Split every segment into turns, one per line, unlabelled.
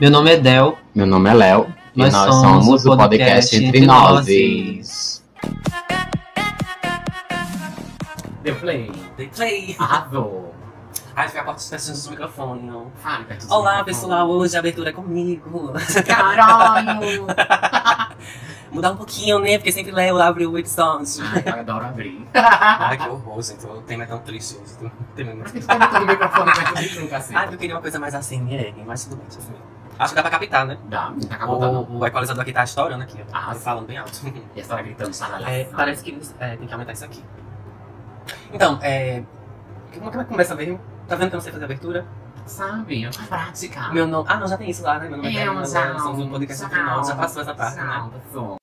Meu nome é Del.
Meu nome é Léo. E nós, somos, o podcast Entre Nozes.
The Play.
Dei play.
Arrasou.
Ai, fica perto dos microfone, não.
Fale, Beto,
Olá,
sim, tá
pessoal. Hoje a abertura é comigo.
Caralho!
Mudar um pouquinho, né? Porque sempre Léo abre o episódio.
Ai, eu adoro abrir.
Ai, que horror, gente. O tema é tão triste hoje. O tema é muito
Por que tu tá botando o microfone perto de tu,
Ai,
cacete?
Ah, eu queria uma coisa mais assim, né? Mas tudo bem, tudo bem. Acho que dá pra captar, né?
Dá, não tá acabando.
O, o equalizador aqui tá estourando aqui, ó.
Ah,
Tá falando bem alto.
E a senhora gritando, saralá.
É, parece que é, tem que aumentar isso aqui. Então, é... Como é que começa mesmo? Tá vendo que eu não sei fazer abertura?
Sabe, é uma prática.
Meu nome... Ah, não, já tem isso lá, né? Meu nome é
É,
Karen,
um
nós
salve,
somos um podcast final. Já passou essa parte, né?
salve, salve.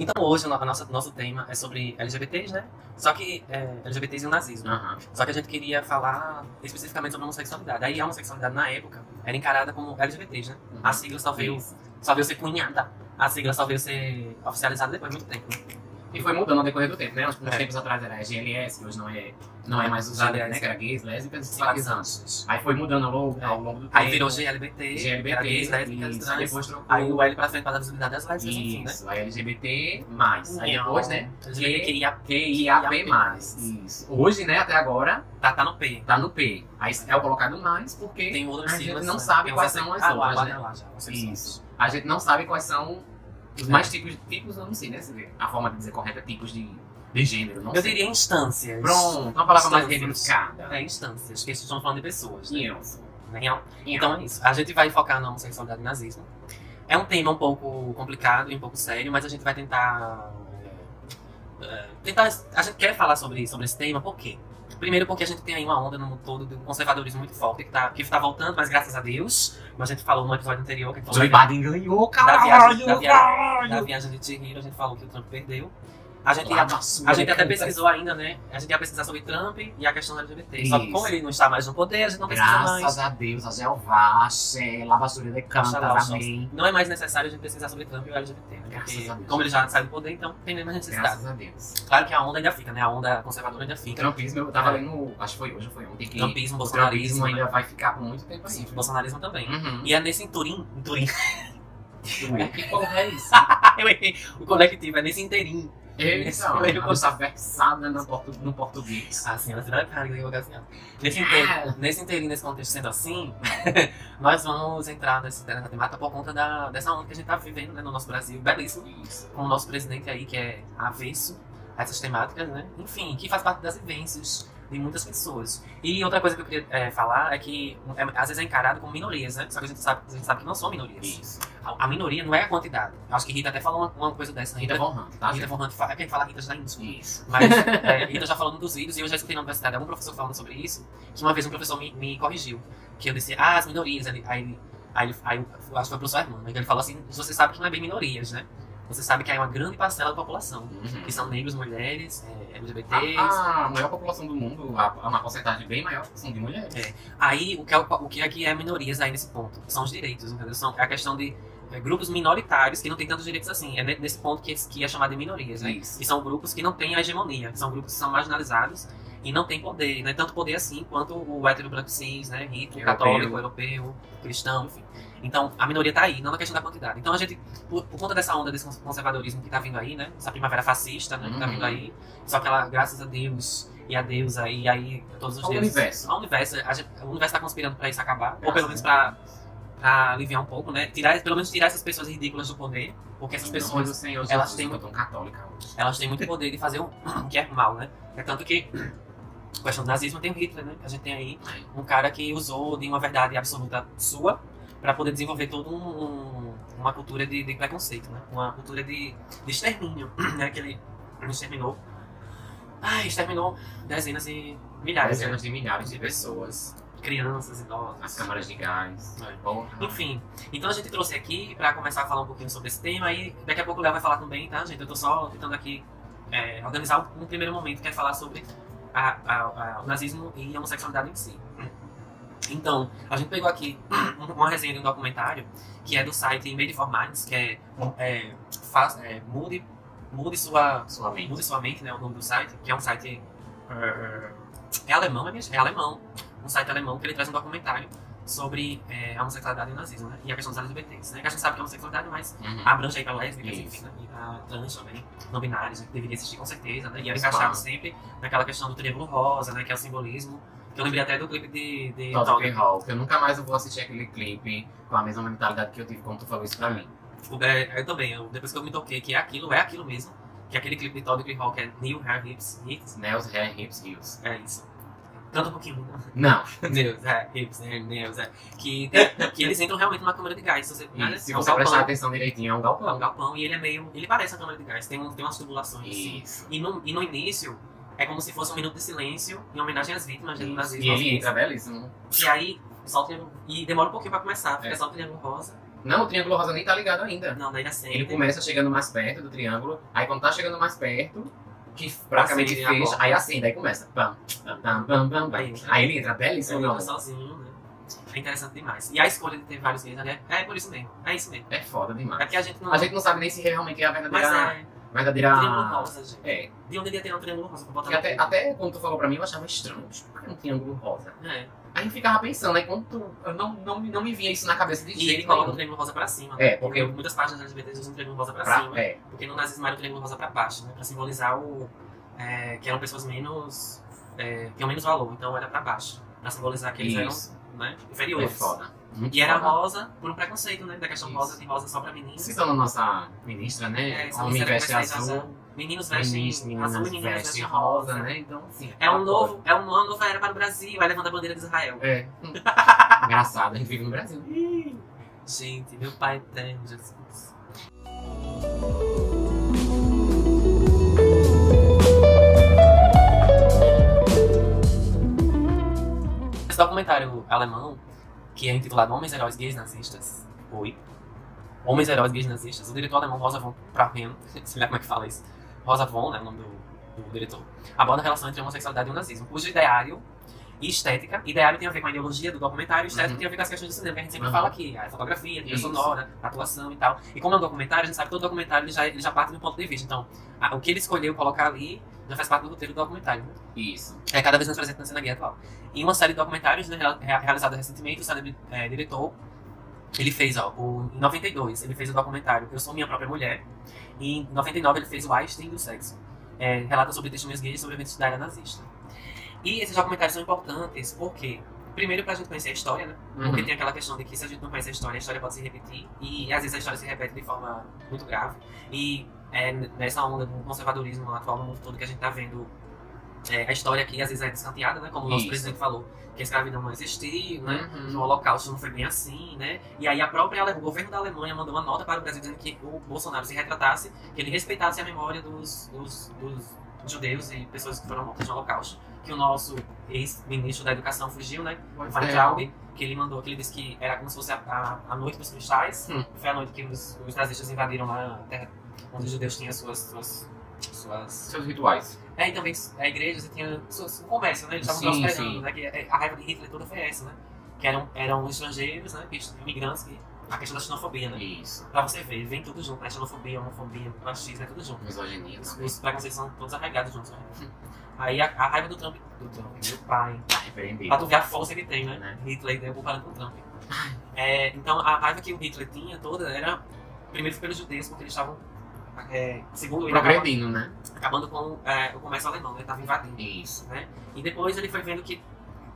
Então hoje o no- a nossa- nosso tema é sobre LGBTs, né? Só que é, LGBTs e o nazismo.
Aham.
Só que a gente queria falar especificamente sobre a homossexualidade. Aí a homossexualidade na época era encarada como LGBTs, né? A sigla só veio,
Isso.
só veio ser cunhada. A sigla só veio ser oficializada depois de muito tempo. né?
E foi mudando ao decorrer do tempo, né? Uns uns
É.
tempos atrás era GLS, que hoje não é, não é mais
Já
usada,
é,
né?
sim.
Que era gays, lésbicas e
Sim.
simpatizantes. Aí foi mudando ao longo, ao longo do tempo.
Aí virou GLBT,
GLBT,
gays, lésbicas,
isso,
trans.
depois trocou.
né? Aí o L pra frente para dar visibilidade às lésbicas, enfim, né?
Isso, aí LGBT+. mais. Aí depois, né?
LGBTQIA+,
TIAP+. Isso. Hoje, né, até agora,
Tá, tá no P.
tá no P. Aí é colocado mais porque
Tem outras
a
siglas.
gente não
né?
sabe
Tem
quais
umas-
são as
ah,
outras,
lá,
né?
lá, lá, já, umas
Isso. A gente não sabe quais são os mais tipos, tipos eu não sei, né? se vê. A forma de dizer correta é tipos de, de gênero, não
Eu
sei.
diria instâncias.
Pronto, uma palavra mais
Estamos-
rebuscada.
É instâncias, que estão falando de pessoas. Né?
Isso.
Né? Então é isso. A gente vai focar na homossexualidade e nazismo. É um tema um pouco complicado e um pouco sério, mas a gente vai tentar. é, é, tentar a gente quer falar sobre, sobre esse tema, por quê? Primeiro, porque a gente tem aí uma onda no mundo todo de um conservadorismo muito forte que está que tá voltando, mas graças a Deus, como a gente falou no episódio anterior, que a gente falou
Joe Biden ganhou,
da
caralho,
viagem,
caralho!
da, viagem, da viagem de Chihiro, a gente falou que o Trump perdeu. A gente
Lá na sua,
a gente até
cara.
pesquisou ainda, né? A gente ia pesquisar sobre Trump e a questão do LGBT. Só que
Isso.
como ele não está mais no poder, a gente não pesquisa mais.
Graças a Deus, a Jeová, Xé, Lavassoura de
Oxalá,
Cantas,
oxalá.
amém.
Não é mais necessário a gente pesquisar sobre Trump e o LGBT. Né?
Graças
Porque
a Deus.
como ele já sai do poder, então tem menos necessidade.
Graças a Deus.
Claro que a onda ainda fica, né? A onda conservadora ainda
E
fica.
Trumpismo, eu tava lendo, acho que foi hoje ou foi ontem, que
Trumpismo,
o Trumpismo
bolsonarismo, né?
ainda vai ficar por muito tempo assim.
sim, bolsonarismo também.
Uhum.
E né? é nesse em Turim, em Turim,
Que porra é isso?
eu errei. o coletivo é nesse inteirinho.
Eu, então,
Eu-
eu não tá versada no, portu, no português.
Ah, senhora, você vai parar de jogar assim, ó.
Ah.
Nesse inteirinho, nesse inteirinho, nesse contexto sendo assim, nós vamos entrar nesse- nessa temática por conta da, dessa onda que a gente tá vivendo né, no nosso Brasil, belíssimo.
Isso.
com o nosso presidente aí, que é avesso a essas temáticas, né? Enfim, que faz parte das vivências de muitas pessoas. E outra coisa que eu queria eh, falar é que é, às vezes é encarado como minorias, né? Só que a gente sabe, a gente sabe que não são minorias.
Isso.
A, a minoria não é a quantidade. Eu acho que Rita até falou uma, uma coisa dessa. né,
Rita
Rita,
Von Hunt, tá?
Rita
gente?
Von Hunt fala, é quem fala Rita já é isso.
Isso.
Mas é, Rita já falando dos vídeos, e eu já escutei na universidade algum professor falando sobre isso, que uma vez um professor me, me corrigiu, que eu disse, ah, as minorias, ele- aí, ele- aí, ele- aí, eu acho que foi o professor Armando, ele falou assim, você sabe que não é bem minorias, né? Você sabe que é uma grande parcela da população,
Uhum.
que são negros, mulheres, é, LGBTs.
A, a maior população do mundo, a, a uma porcentagem bem maior são de mulheres.
Aí, o que, é, o o que é que é minorias aí nesse ponto? São os direitos, entendeu? São, é a questão de é, grupos minoritários que não têm tantos direitos assim. É ne- nesse ponto que, que é chamado de minorias, né?
Isso.
que são grupos que não têm a hegemonia, que são grupos que são marginalizados e não têm poder, né? Tanto poder assim quanto o hétero branco cis, né? Rico,
Europeu.
católico, europeu, cristão, enfim. Então, a minoria tá aí, não na questão da quantidade. Então, a gente, por, por conta dessa onda desse cons- conservadorismo que tá vindo aí, né? Essa primavera fascista, né? Que tá
Uhum.
vindo aí. Só que ela, graças a Deus e a Deus aí, e aí todos os
Ao
deuses.
universo.
Ao universo. A gente- o universo tá conspirando pra isso acabar. ou
Graças
pelo menos
a
pra, pra aliviar um pouco, né? Tirar, pelo menos tirar essas pessoas ridículas do poder. Porque essas pessoas
do Senhor Jesus,
elas
elas
têm-
têm. Eu tô católica hoje.
elas têm muito poder de fazer o que é mal, né? É tanto que, com a questão do nazismo, tem o Hitler, né? A gente tem aí um cara que usou de uma verdade absoluta sua para poder desenvolver toda uma cultura de, de preconceito, né? Uma cultura de, de extermínio, né? Que ele exterminou. Ai, exterminou dezenas e milhares, né?
Dezenas de milhares de pessoas, as
Crianças, idosos.
câmaras de gás,
É.
porra.
Enfim, então a gente trouxe aqui pra começar a falar um pouquinho sobre esse tema e daqui a pouco o Léo vai falar também, tá, gente? Eu tô só tentando aqui é, organizar um primeiro momento que é falar sobre a- a- a- o nazismo e a homossexualidade em si. Então, a gente pegou aqui uma resenha de um documentário que é do site Made for Minds, que é, é, faz- é, mude Mude sua,
Sua mente.
mude sua mente, né? O nome do site, que é um site. eh, É alemão, é mesmo? É alemão. Um site alemão que ele traz um documentário sobre eh, a homossexualidade e o nazismo, né? E a questão dos LGBTs, né? Que a gente sabe que é homossexualidade, mas
Uhum.
abrange aí para lésbicas,
Isso.
enfim, né? E pra trans também, não binários, né? que deveria existir com certeza, né? E era
Claro.
encaixado sempre naquela questão do triângulo rosa, né? Que é o simbolismo. Que eu lembrei até do clipe de, de
Total
Talking
Hall, que eu nunca mais vou assistir aquele clipe com a mesma mentalidade que eu tive quando tu falou isso pra mim.
O- é, eu também, eu- depois que eu me toquei que é aquilo, é aquilo mesmo. Que é aquele clipe de Todd Hall que é New Hair Hips Hips,
Nails, Né, hair, hips, heels.
é isso. Canta um pouquinho. né?
Não,
Nails, é, hips, hair, nails, é. Que, tem- que eles entram realmente numa câmara de gás. Se você,
e
né?
se
É um
você prestar
galpão,
atenção direitinho, é um
é um
galpão.
galpão e ele é meio. Ele parece a câmara de gás, tem, um, tem umas tubulações. assim.
Isso.
E, no, e no início, é como se fosse um minuto de silêncio em homenagem às vítimas do nazismo.
E
às
ele entra né,
vítimas.
belíssimo.
E aí, só o triângulo- E demora um pouquinho pra começar, fica
É.
só o triângulo rosa.
Não, o triângulo rosa nem tá ligado ainda.
Não, daí acende.
Ele começa chegando mais perto do triângulo, aí quando tá chegando mais perto, que
Assim,
praticamente
Acende a
fecha,
bola.
aí acende, aí começa. Pam, pam, pam, pam, pam, pam.
Aí, né?
Aí ele entra belíssimo,
Ele
meu
não.
amor.
sozinho, né? É interessante demais. E a escolha de ter vários gays, né? É por isso mesmo. É isso mesmo.
É foda
É
demais.
que a gente não.
A gente não sabe nem se realmente é a
Mas
verdadeira.
é. Triângulo
Verdadeira.
rosa, gente.
É,
De onde ele ia ter um triângulo rosa pra botar
Porque
no
até,
cu?
até quando tu falou pra mim, eu achava estranho. Mas Por que um triângulo rosa?
É.
Aí eu ficava pensando, aí quando tu, eu não, não, não me vinha isso na cabeça de
E ele
jeito
coloca o
nenhum.
triângulo rosa pra cima. né?
É, porque-
muitas páginas LGBTs usam o triângulo rosa pra, cima.
Pra, é,
Porque no nazismo era o triângulo rosa pra baixo, né? Pra simbolizar o. é, que eram pessoas menos. É, tinham menos valor, então era pra baixo. Pra simbolizar que eles
isso.
eram né,
É
inferiores.
foda. Muito
E era
foda.
rosa por um preconceito, né? Da questão
Isso.
rosa de rosa só pra meninas.
Citando a nossa ministra, né?
É, só
Homem
que
veste
será que vai sair
azul,
azul? Meninos vestem
ministra
azul,
azul
meninas
veste
vestem
rosa, né? Então, assim.
É um
aquela
novo, é uma nova era para o Brasil, vai levando a bandeira de Israel.
coisa. É. Engraçado, a gente vive no Brasil.
Gente, meu pai tem Jesus. Esse documentário alemão, que é intitulado Homens Heróis Gays Nazistas, oi, Homens Heróis Gays Nazistas, o diretor alemão Rosa von Braun, sei lá como é que fala isso, Rosa von, né, o nome do, do diretor, aborda a relação entre a homossexualidade e o nazismo, cujo ideário e estética, ideário tem a ver com a ideologia do documentário, e estética
Uhum.
tem a ver com as questões do cinema, que a gente sempre
Uhum.
fala aqui, a fotografia, a trilha
Isso.
sonora, a atuação e tal. E como é um documentário, a gente sabe que todo documentário ele já, ele já parte de um ponto de vista, então a- o que ele escolheu colocar ali já faz parte do roteiro do documentário. né?
Isso.
É cada vez mais presente na cena gay atual. E uma série de documentários né, real- rea- realizada recentemente, o célebre eh, diretor, ele fez, ó, o, em 92, ele fez o documentário Eu Sou Minha Própria Mulher. E em 99 ele fez o Einstein do Sexo. eh, relata sobre testemunhas gays e sobreviventes da era nazista. E esses documentários são importantes porque, primeiro, pra gente conhecer a história, né?
Uhum.
Porque tem aquela questão de que se a gente não conhece a história, a história pode se repetir. E às vezes a história se repete de forma muito grave. E é n- nessa onda do conservadorismo atual no mundo todo que a gente tá vendo é, a história aqui às vezes é descanteada, né? Como o nosso
Isso.
presidente falou, que a escravidão não existiu, né?
Uhum.
No Holocausto não foi bem assim, né? E aí a própria Ale- o governo da Alemanha mandou uma nota para o Brasil dizendo que o Bolsonaro se retratasse, que ele respeitasse a memória dos, dos, dos judeus e pessoas que foram mortas no Holocausto. Que o nosso ex-ministro da Educação fugiu, né?
Pois
Vai
é.
Traub, que ele mandou, que ele disse que era como se fosse a, a, a noite dos cristais.
Hum.
Foi a noite que os, os nazistas invadiram lá a terra onde os judeus tinham suas. suas, suas...
Seus rituais.
É, e também a igreja você tinha suas, um comércio, né? Eles estavam
Sim,
prosperando,
sim.
né? Que a a raiva de Hitler toda foi essa, né? Que eram, eram estrangeiros, né? que- Imigrantes, que, a questão da xenofobia, né?
Isso.
Pra você ver, vem tudo junto, né? Xenofobia, homofobia, machismo, é tudo junto.
Misoginia
Os,
também.
os preconceitos são todos arraigados juntos, né?
Hum.
Aí a, a raiva do Trump, do Trump, meu pai,
Tá
Pra
repreendido.
tu ver a força que ele tem, né?
Né?
Hitler deu comparando com Trump. É, então a raiva que o Hitler tinha toda era primeiro foi pelos judeus, porque eles estavam, é, segundo ele, acaba-
Progredindo, né?
acabando com é, o comércio alemão, né? Tava invadindo. né?
Isso.
E depois ele foi vendo que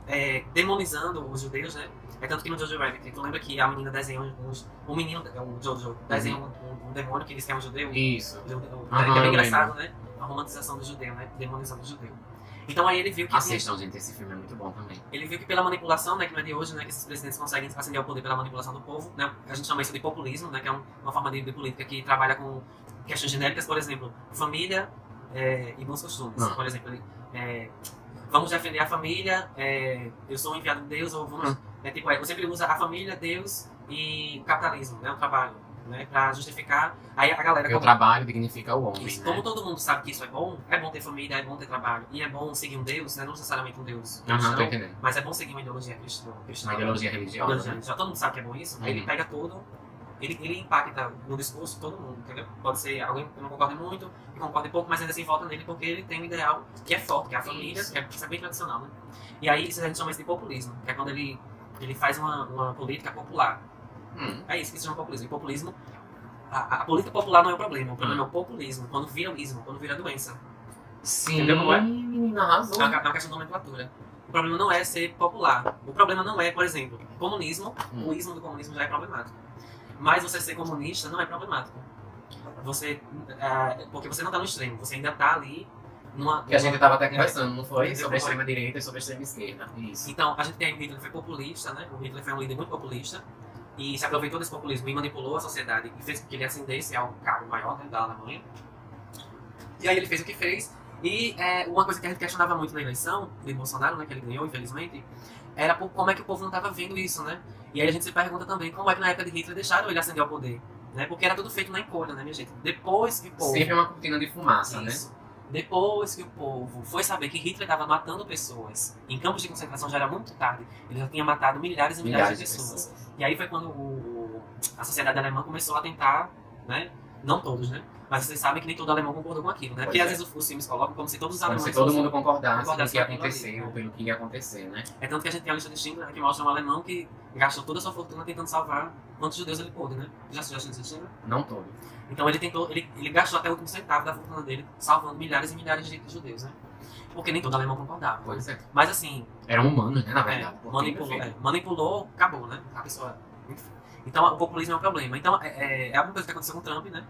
é, demonizando os judeus, né? É tanto que no Jojo Rabbit, tu lembra que a menina desenha uns, um menino, é, o Jojo, desenha um, um- um demônio que diz que é um judeu?
Isso.
Judeu,
Ah,
né? Que é
eu
bem engraçado, né? A romantização do judeu, né? Demonizando o judeu. Então aí ele viu que tinha-
Assistam, gente, esse filme é muito bom também.
ele viu que pela manipulação, né, que não é de hoje, né, que esses presidentes conseguem acender o poder pela manipulação do povo, né, a gente chama isso de populismo, né, que é um- uma forma de, de política que trabalha com questões genéricas, por exemplo, família é, e bons costumes,
Hum.
por exemplo, ele, é, vamos defender a família, é, eu sou um enviado de Deus, ou
Ah.
vamos, né, tipo, é, você sempre usa a família, Deus e o capitalismo, né, o trabalho, né, pra justificar, aí a galera...
Porque o trabalho dignifica o homem,
Isso.
né?
Como todo mundo sabe que isso é bom, é bom ter família, é bom ter trabalho, e é bom seguir um Deus, né? não necessariamente um Deus
Aham,
cristão,
tô entendendo.
mas é bom seguir uma ideologia cristã. cristã
Uma ideologia
Uma
religiosa. né?
ideologia cristã. Todo mundo sabe que é bom isso. Aí
Uhum.
ele pega tudo ele, ele impacta no discurso todo mundo, entendeu? Pode ser alguém que não concorda muito, que concorda pouco, mas ainda assim vota nele porque ele tem um ideal que é forte, que é a família,
Isso.
que é, isso é bem tradicional, né? E aí isso a gente chama isso de populismo, que é quando ele, ele faz uma, uma política popular.
Hum.
É isso que se chama populismo. E populismo, a, a política popular não é o problema, o problema é o populismo, quando vira o ismo, quando vira doença.
Sim,
Entendeu como é?
menina,
É
arrasou.
uma, é uma questão de nomenclatura. O problema não é ser popular. O problema não é, por exemplo, comunismo.
Hum.
O ismo do comunismo já é problemático. Mas você ser comunista não é problemático. Você, ah, porque você não está no extremo. Você ainda está ali numa...
Que a gente
é.
tava até conversando, não foi?
Entendeu
Sobre a
como é?
extrema direita e sobre a extrema esquerda. Isso.
Então, a gente tem aí o Hitler foi populista, né? O Hitler foi um líder muito populista e se aproveitou desse populismo e manipulou a sociedade e fez com que ele ascendesse ao cargo maior né, da Alemanha. E aí ele fez o que fez. E é, uma coisa que a gente questionava muito na eleição de Bolsonaro, né, que ele ganhou, infelizmente, era por como é que o povo não estava vendo isso, né? E aí a gente se pergunta também como é que na época de Hitler deixaram ele ascender ao poder, né? Porque era tudo feito na encolha, né, minha gente? Depois que o povo...
Sempre é uma cortina de fumaça, né?
Isso. Depois que o povo foi saber que Hitler estava matando pessoas em campos de concentração, já era muito tarde. Ele já tinha matado milhares e milhares, de pessoas.
assim.
E aí foi quando o- a sociedade alemã começou a tentar, né? Não todos, né? Mas vocês sabem que nem todo alemão concordou com aquilo, né?
Pois
Porque
é.
às vezes os filmes colocam como se todos os
Como
alemães
se todo
fossem-
mundo concordasse com o
Tá Concordasse
que
com aquilo
aconteceu,
ali.
pelo que ia acontecer, né?
É tanto que a gente tem a lista de Schindler que mostra um alemão que gastou toda a sua fortuna tentando salvar quantos judeus ele pôde, né? Já assistiu a lista de Schindler?
Não todo.
Então ele tentou, ele, ele gastou até o último centavo da fortuna dele, salvando milhares e milhares de judeus, né? Porque nem todo alemão concordava. né?
Pois é.
Mas assim,
Eram humanos, né, na
é,
verdade. Porque,
manipulou,
enfim,
é, manipulou, acabou, né? A pessoa. enfim. Então o populismo é um problema. Então é, é, é alguma coisa que aconteceu com o Trump, né?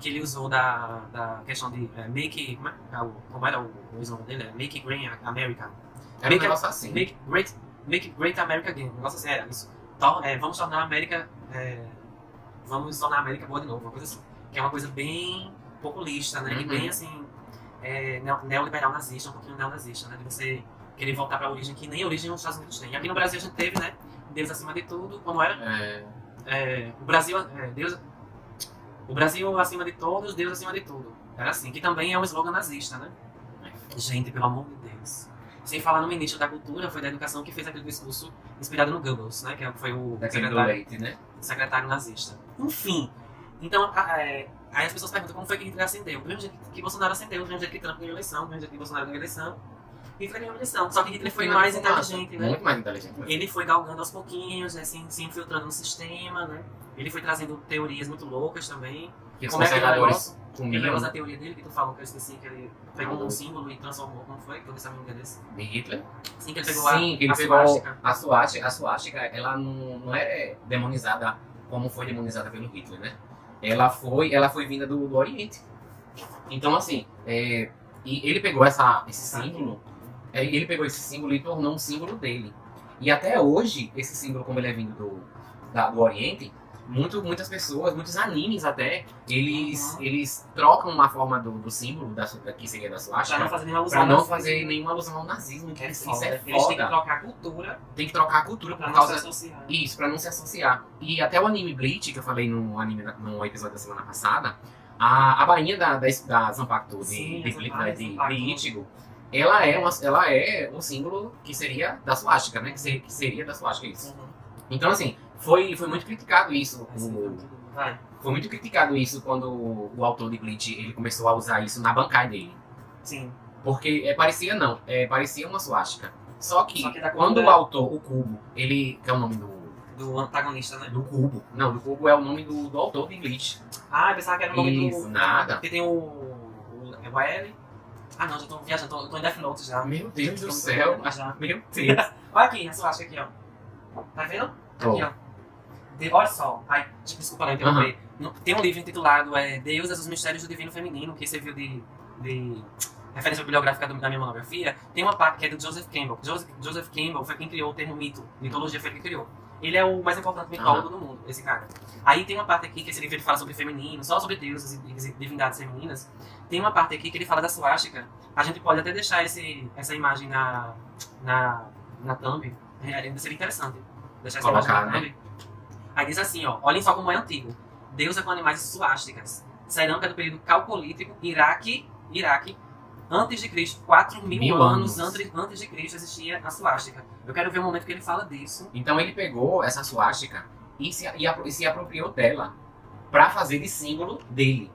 Que ele usou da, da questão de é, make. Como, é, ah, o- como era o, o slogan dele? É, make Green America.
Era um
Make-
negócio assim.
Make Great, make great America Again. Um negócio assim, era isso. Então, é, vamos tornar a América. é, vamos tornar a América boa de novo, uma coisa assim. Que é uma coisa bem populista, né? E
Uhum.
bem assim. É, neo- neoliberal nazista, um pouquinho neonazista, né? De você querer voltar pra origem que nem a origem nos Estados Unidos tem. E aqui no Brasil a gente teve, né? Deus acima de tudo, como era?
É,
É, o Brasil. é, Deus. O Brasil acima de todos, Deus acima de tudo. Era assim, que também é um slogan nazista, né? Gente, pelo amor de Deus. Sem falar no ministro da Cultura, foi da Educação que fez aquele discurso inspirado no Goebbels, né? Que foi o
daquele do
secretário,
leite, né?
secretário nazista. Enfim, então a- é, aí as pessoas perguntam como foi que Hitler acendeu. Do mesmo jeito que Bolsonaro acendeu, do mesmo jeito que Trump ganhou a eleição, do mesmo jeito que Bolsonaro ganhou a eleição. Hitler ganhou a eleição. Só que Hitler foi mais inteligente, né?
Muito mais inteligente.
Ele foi galgando aos pouquinhos, né, se, se infiltrando no sistema, né? Ele foi trazendo teorias muito loucas também.
E os
Como é que era o
conservadores
Ele
comiam
negócio da teoria dele que tu falou que eu esqueci, que ele pegou um símbolo e transformou, como foi? Que eu disse a menina desse.
de Hitler.
Sim, que ele pegou
Sim, que
a,
ele
a
pegou
suástica.
a suástica. A suástica, ela não, não é demonizada como foi demonizada pelo Hitler, né? Ela foi, ela foi vinda do, do Oriente. Então, assim, é, e ele pegou essa, esse símbolo, é, ele pegou esse símbolo e tornou um símbolo dele. E até hoje, esse símbolo, como ele é vindo do, da- do Oriente, muito, muitas pessoas, muitos animes até, eles,
Uhum.
eles trocam a forma do, do símbolo, da, su- que seria da
Pra não
suástica,
fazer nenhuma alusão.
pra não
ao
fazer
nazismo.
nenhuma alusão ao nazismo, que
É
isso
foda.
é
Eles têm que
foda.
trocar a cultura
Tem que trocar a cultura
pra
por
não se
causa
associar.
isso, pra não se associar. E até o anime Bleach, que eu falei no, anime, da- no episódio da semana passada, a, a bainha da, da, da Zanpakuto de,
Sim,
de,
a
Ble-
Zanpakuto,
de- de
Zanpakuto.
Ichigo, ela é, uma- ela é um símbolo que seria da suástica, né? Que seria, que seria da suástica isso.
Uhum.
Então, assim, foi, foi muito criticado isso.
Vai ser
o-
tudo. Vai.
foi muito criticado isso quando o autor de Bleach ele começou a usar isso na bancada dele.
Sim.
Porque é, parecia não, é, parecia uma suástica. Só que,
Só que da
quando
cultura-
o autor, o Cubo, ele. que é o nome do,
Do antagonista, né?
do Cubo. Não, do Cubo é o nome do, do autor de Glitch.
Ah, eu pensava que era o nome
Isso,
do.
nada.
Porque tem o. o é o L. Ah, não, já tô viajando, tô, tô em Death Note já.
Meu Deus do
Tô-
céu.
tô- Já.
Meu Deus.
Olha aqui, a suástica aqui, ó. Tá vendo? Aqui, ó. De- olha só, ai, des- desculpa não interromper. No- Tem um livro intitulado é, Deusas, os Mistérios do Divino Feminino, que serviu de, de referência bibliográfica do- da minha monografia. Tem uma parte que é do Joseph Campbell. Joseph, Joseph Campbell foi quem criou o termo mito, mitologia foi ele que criou. Ele é o mais importante mitólogo do mundo, esse cara. Aí tem uma parte aqui que esse livro ele fala sobre feminino, só sobre deuses e e divindades femininas. Tem uma parte aqui que ele fala da suástica. A gente pode até deixar esse, essa imagem na, na, na thumb. É, Ainda seria interessante. Deixar essa
Colocar,
imagem na
né?
thumb. Aí diz assim, ó. Olhem só como é antigo. Deusa com animais suásticas. Cerâmica do período calcolítico, Iraque, Iraque, antes de Cristo. 4 mil,
Mil anos.
anos, Antes, antes um de Cristo existia a suástica. Eu quero ver o momento que ele fala disso.
Então ele pegou essa suástica e se, e apro- e se apropriou dela para fazer de símbolo dele.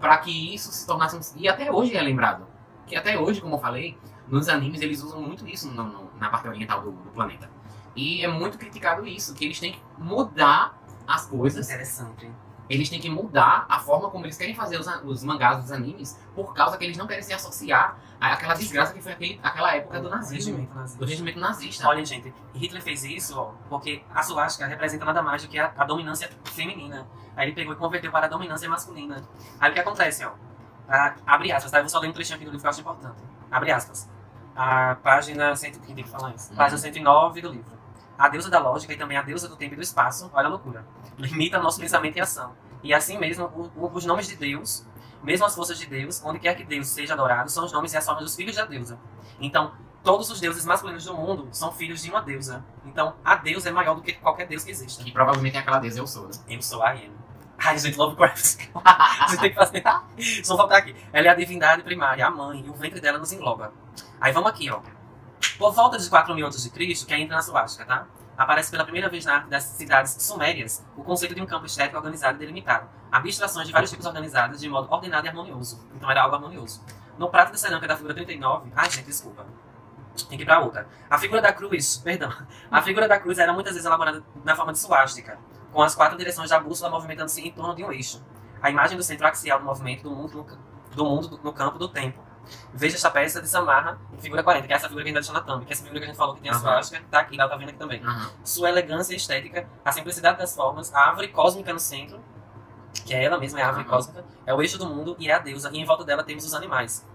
Para que isso se tornasse um. E até hoje é lembrado. Que até hoje, como eu falei, nos animes eles usam muito isso no- no- na parte oriental do, do planeta. E é muito criticado isso, que eles têm que mudar as coisas
é Interessante.
eles têm que mudar a forma como eles querem fazer os, a- os mangás, os animes, por causa que eles não querem se associar à- àquela desgraça que foi aquele, aquela época É do nazismo,
Regimento nazista.
do regimento nazista.
Olha, gente, Hitler fez isso ó, porque a suástica representa nada mais do que a, a dominância feminina. Aí ele pegou e converteu para a dominância masculina. Aí o que acontece, ó? A- abre aspas, tá? Eu vou só ler um trechinho aqui do livro que eu acho importante. Abre aspas. A página. cento- Quem tem que falar isso?
Uhum.
Página 109 do livro. A deusa da lógica e também a deusa do tempo e do espaço, olha a loucura, limita nosso pensamento e ação. E assim mesmo, o- o- os nomes de Deus, mesmo as forças de Deus, onde quer que Deus seja adorado, são os nomes e as formas dos filhos da deusa. Então, todos os deuses masculinos do mundo são filhos de uma deusa. Então, a deusa é maior do que qualquer deus que exista.
Que provavelmente é aquela deusa eu sou, né?
Eu sou a Ian. Ai, gente, Lovecraft. Você tem que fazer. Só faltar aqui. Ela é a divindade primária, a mãe, e o ventre dela nos engloba. Aí vamos aqui, ó. Por volta de 4 mil antes de Cristo, que entra na suástica, tá? Aparece pela primeira vez na arte das cidades sumérias o conceito de um campo estético organizado e delimitado. Abstrações de vários tipos organizadas de modo ordenado e harmonioso. Então era algo harmonioso. No prato de cerâmica da figura 39... Ai, gente, desculpa. Tem que ir pra outra. A figura da cruz... Perdão. A figura da cruz era muitas vezes elaborada na forma de suástica com as quatro direções da bússola movimentando-se em torno de um eixo. A imagem do centro axial do movimento do mundo no, ca- do mundo no campo do tempo. Veja esta peça de Samarra, figura 40, que é essa figura que a gente deixou na thumb, que é essa figura que a gente falou que tem a
Aham.
suástica, tá aqui, ela tá vendo aqui também.
Aham.
Sua elegância estética, a simplicidade das formas, a árvore cósmica no centro, que é ela mesma, é a árvore
Aham.
cósmica, é o eixo do mundo e é a deusa, e em volta dela temos os animais.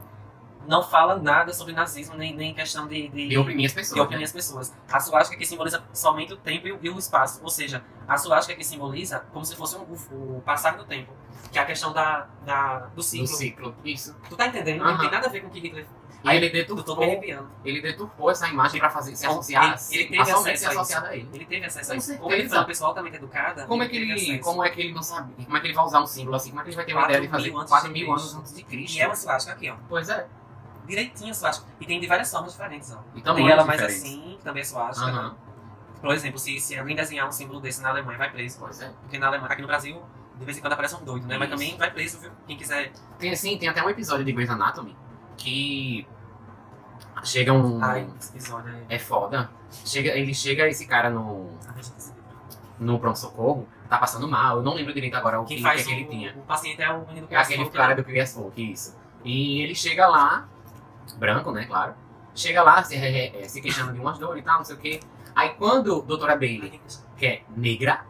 Não fala nada sobre nazismo, nem, nem questão de- de
E oprimir as
e
pessoas.
oprimir
né?
as pessoas. A suástica que simboliza somente o tempo e o- e o espaço, ou seja, a suástica que simboliza como se fosse um, o, o passar do tempo, que é a questão da, da- do
Do
ciclo.
ciclo. Isso.
Tu tá entendendo? Não
Aham.
tem nada a ver com o que Hitler...
E ele
Eu tô me
deturpou,
arrepiando.
ele deturpou essa imagem pra fazer, se
Então,
associar,
ele- ele teve
a somente
acesso
se
a isso.
associar a ele.
Ele teve acesso a
Com
isso. Como
certeza.
ele foi uma pessoa altamente educada...
Como é, que
teve
ele,
acesso.
como é que ele não sabe? Como é que ele vai usar um símbolo assim? Como é que ele vai ter uma
Quatro
ideia de fazer
mil antes
4
de
mil
Cristo.
anos antes de Cristo?
E é uma suástica aqui, ó.
Pois é.
Direitinho a suástica. E tem de várias formas diferentes, ó.
Então,
tem
olha
ela
as
mais
diferenças.
assim, que também é suástica.
Aham.
Por exemplo, se, se alguém desenhar um símbolo desse na Alemanha, vai preso.
Pois é.
Porque na Alemanha, aqui no Brasil, de vez em quando aparece um doido, né? Mas
Isso.
também vai preso, viu? Quem quiser.
Tem assim, tem até um episódio de Grey's Anatomy que chega um
Ai, esse episódio é.
é foda. Chega, ele chega esse cara no
Ah, deixa eu decidir.
no pronto socorro, tá passando mal. Eu não lembro direito agora o que,
Quem
que,
faz
é que
o,
ele tinha.
o paciente é o menino que
É aquele cara do Chris Folk, isso. E ele chega lá branco, né, claro. Chega lá se, é, é, se queixando de umas dores e tal, não sei o quê. Aí quando doutora Bailey que é negra,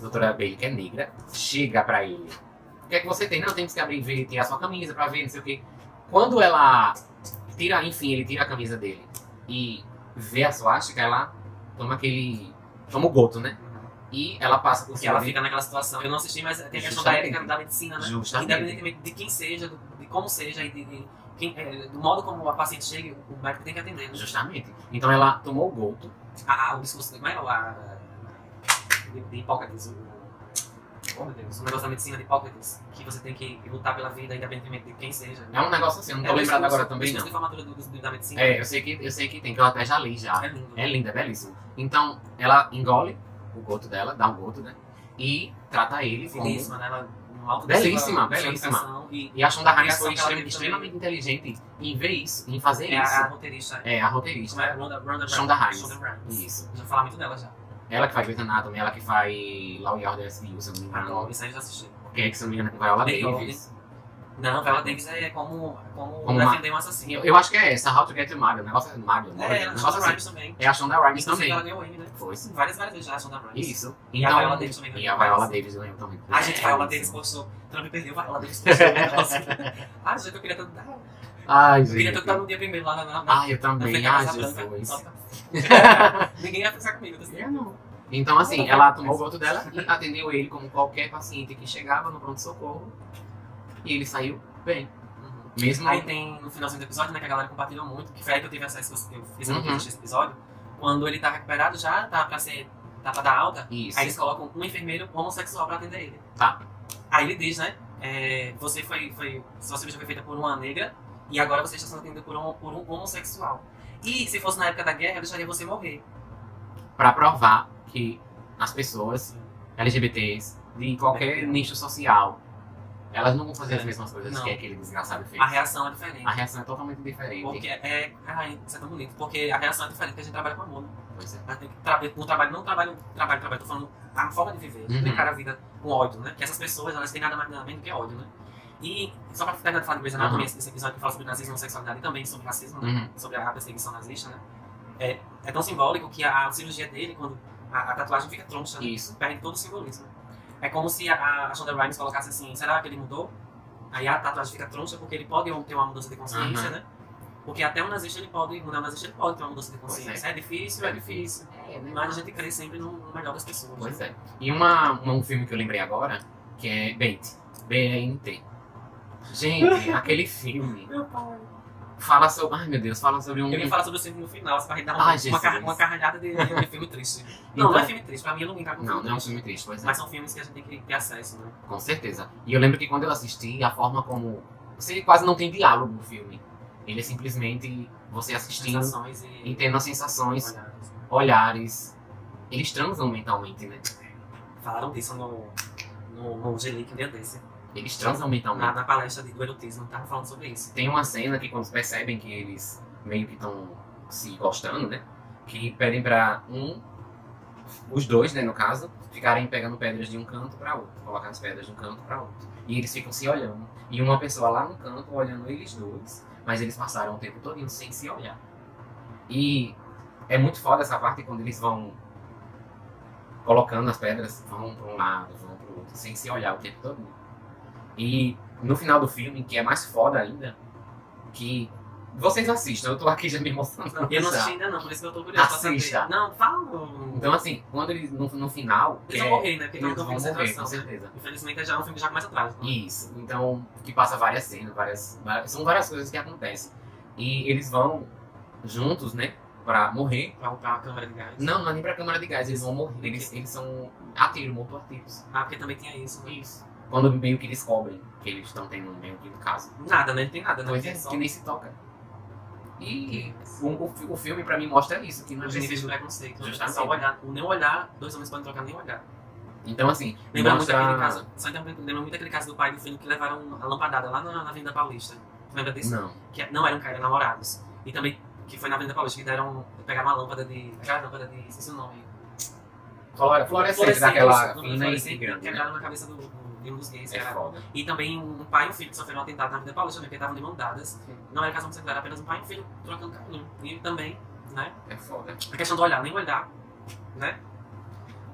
doutora Bailey, que é negra, chega pra ele. O que é que você tem? Não, temos que abrir e ver, tirar sua camisa pra ver, não sei o quê. Quando ela tira, enfim, ele tira a camisa dele e vê a suástica, ela toma aquele... toma o goto, né? E ela passa por
Porque
cima
ela
dele.
fica naquela situação. Eu não assisti, mas tem a questão da
Justamente.
ética da medicina, né?
Justamente.
Independentemente de quem seja, do- de como seja e de, de quem- é, do modo como a paciente chega, o médico tem que atender. né?
Justamente. Então ela tomou o goto.
Ah, o discurso. Como é o. a- De, de Hipócrates. o- Oh, meu Deus. O negócio da medicina de Hipócrates. Que você tem que lutar pela vida, independentemente de quem seja. né?
É um negócio assim, eu não tô
o
lembrado
discurso-
agora
o
também, não.
discurso de formatura do- do- da medicina.
É, eu sei que, eu sei que tem, que eu até já li já.
É lindo.
É linda, é belíssima. Então, ela engole o goto dela, dá um goto, né? E trata ele como...
Belíssima, né? Ela, uma alta
Belíssima,
dessa-
belíssima.
educação E
E a Shonda Rhimes foi
Ela
extrem-
teve
extremamente inteligente em ver isso, em fazer
é a, a
isso.
roteirista.
É, a
Como
roteirista.
é? Rhonda, Rhonda Brown.
Shonda Rhimes.
Shonda Rhimes.
Isso.
Já falar muito dela já.
Ela que faz Grey's Anatomy, ela que faz Law and Order SVU, se eu Ah, não me engano.
Adoro, isso aí eu já assisti.
Quem é que se eu não me engano que vai Viola
Bem,
Davis?
Não, Viola Davis é como, como,
Como
defender um
Sim,
assassino.
eu, eu acho que é essa, How to Get Your Mario, o negócio é Mario, né?
É,
o
ela
negócio
Shonda
assim.
Rhimes também.
É a Shonda Rhimes
Inclusive, Ela
também.
ganhou Emmy, né?
Foi sim.
Várias, várias vezes já a Shonda Rhimes.
Isso.
E a
Então-
Viola Davis também ganhou.
E a Viola Davis, eu lembro também.
A gente, Viola Davis postou. Trump perdeu, Viola Davis postou. o negócio. Ah, gente, eu queria tanto dar. Eu
Ai,
queria
gente. tá
tanto dar no dia primeiro lá na- na. na-
Ai, eu
na frente
também.
da
Ai,
Casa Branca.
Jesus.
Nossa. Ninguém vai pensar comigo. tá certo?
Eu não. Então, assim, ela tomou o voto dela e atendeu ele como qualquer paciente que chegava no pronto-socorro. E ele saiu bem.
Uhum.
Mesmo
Aí tem no finalzinho do episódio, né, que a galera compartilhou muito, que foi aí que eu tive acesso, que eu fiz
Uhum.
uhum. esse episódio, quando ele tá recuperado já, tá pra ser, tá pra dar alta,
Isso.
aí eles colocam um enfermeiro homossexual pra atender ele.
Tá.
Aí ele diz, né, é, você foi, foi, sua cirurgia foi feita por uma negra, e agora você está sendo atendida por um, por um homossexual. E se fosse na época da guerra, eu deixaria você morrer.
Pra provar que as pessoas LGBTs de qualquer nicho social. Elas não vão fazer as
É.
mesmas coisas
Não.
que aquele desgraçado fez.
A reação é diferente.
A reação é totalmente diferente.
Porque é. Ai, isso é tão bonito. Porque a reação é diferente, porque a gente trabalha com amor. né?
Pois é.
A gente tem que trabalhar com trabalho, não trabalho, trabalho, trabalho. Tô falando a forma de viver,
Uhum.
brincar a vida com ódio, né? Que essas pessoas, elas têm nada mais nada menos do que ódio, né? E só pra terminar de falar de Grey's Anatomy,
Uhum.
esse esse episódio que fala sobre nazismo, sexualidade e também sobre racismo, né?
Uhum.
sobre a perseguição nazista, né? É, é tão simbólico que a, a cirurgia dele, quando a, a tatuagem fica troncha, né?
Isso.
perde todo o simbolismo. É como se a, a Shonda Rhimes colocasse assim, será que ele mudou? Aí a tatuagem fica troncha porque ele pode ter uma mudança de consciência,
Uhum.
né? Porque até um nazista ele pode, um nazista ele pode ter uma mudança de
Pois
consciência. É. difícil, é difícil.
É,
Mas a gente crê sempre no, no melhor das pessoas.
Pois
né?
é. E uma, uma- um filme que eu lembrei agora, que é Bent. B-E-N-T. Gente, aquele filme
Meu pai.
Uhum. fala sobre. Ai meu Deus, fala sobre um.
Eu ia falar sobre o filme no final, você vai dar uma,
Ai,
uma, car-
Jesus.
uma caralhada de, de filme triste. Não,
Então-
não é filme triste, pra mim eu não entrar com
Não, não é um
filme
filme triste, pois
triste.
é.
Mas são filmes que a gente tem que ter acesso, né?
Com certeza. E eu lembro que quando eu assisti, a forma como. Você quase não tem diálogo no filme. Ele é simplesmente você assistindo,
Sensações e. né?
e tendo as sensações,
Olhadas.
olhares. Eles transam mentalmente, né?
Falaram disso no, no, no Gelique um dia desse.
Eles transam
Na,
mentalmente.
na palestra de, do erotismo, tava falando sobre isso.
Tem uma cena que quando percebem que eles meio que estão se gostando, né? Que pedem pra um, os dois, né, no caso, ficarem pegando pedras de um canto pra outro, colocar as pedras de um canto pra outro. E eles ficam se olhando. E uma pessoa lá no canto olhando eles dois, mas eles passaram o tempo todo sem se olhar. E é muito foda essa parte quando eles vão colocando as pedras, vão pra um lado, vão pro outro, sem se olhar o tempo todo. E no final do filme, que é mais foda ainda, que vocês assistam, eu tô aqui já me emocionando.
Eu não
já.
assisti ainda não, por isso que eu tô curioso
Assista.
pra saber. Não, fala.
Então, assim, quando eles no, no final.
Eles
é-
vão morrer, né? Porque
eles
não
vão
tem
morrer, com
concentração. né?
certeza.
Infelizmente já é um filme já começa atrás. Né?
Isso. Então, que passa várias cenas, várias, várias- São várias coisas que acontecem. E eles vão juntos, né? Pra morrer.
Pra, pra câmera de gás.
Não, não é nem pra câmara de gás, eles vão morrer. Eles, eles são a tiro, morto a tiros.
Ah, porque também tinha isso. Né?
Isso. Quando meio que descobrem que eles estão tendo meio que um caso.
Nada, né? Não tem nada, né?
Pois é,
Tem só-
que nem se toca. E o, o, fi- o filme pra mim mostra isso, que não é
Os níveis um de
preciso.
preconceito. né?
Justamente.
Só o olhar. O nem olhar, dois homens podem trocar nem olhar.
Então assim,
Lembra muito
mostra...
daquele caso. Só interrompendo, lembra muito daquele caso do pai e do filho que levaram a lampadada lá na, na Avenida Paulista. Lembra desse?
Não.
que não eram caras, namorados. E também, que foi na Avenida Paulista, que deram, pegaram uma lâmpada de, aquela lâmpada de, esqueci o nome.
Flora, fluorescente É daquela fina e grande. né?
Quebraram na cabeça do, do, de um dos gays,
É
cara.
foda.
E também um pai e um filho que sofreram um atentado na Avenida Paulista, né, porque estavam demandadas. Não era casal homossexual, era apenas um pai e um filho trocando caminho. E também, né,
É foda.
a questão do olhar, nem olhar, né.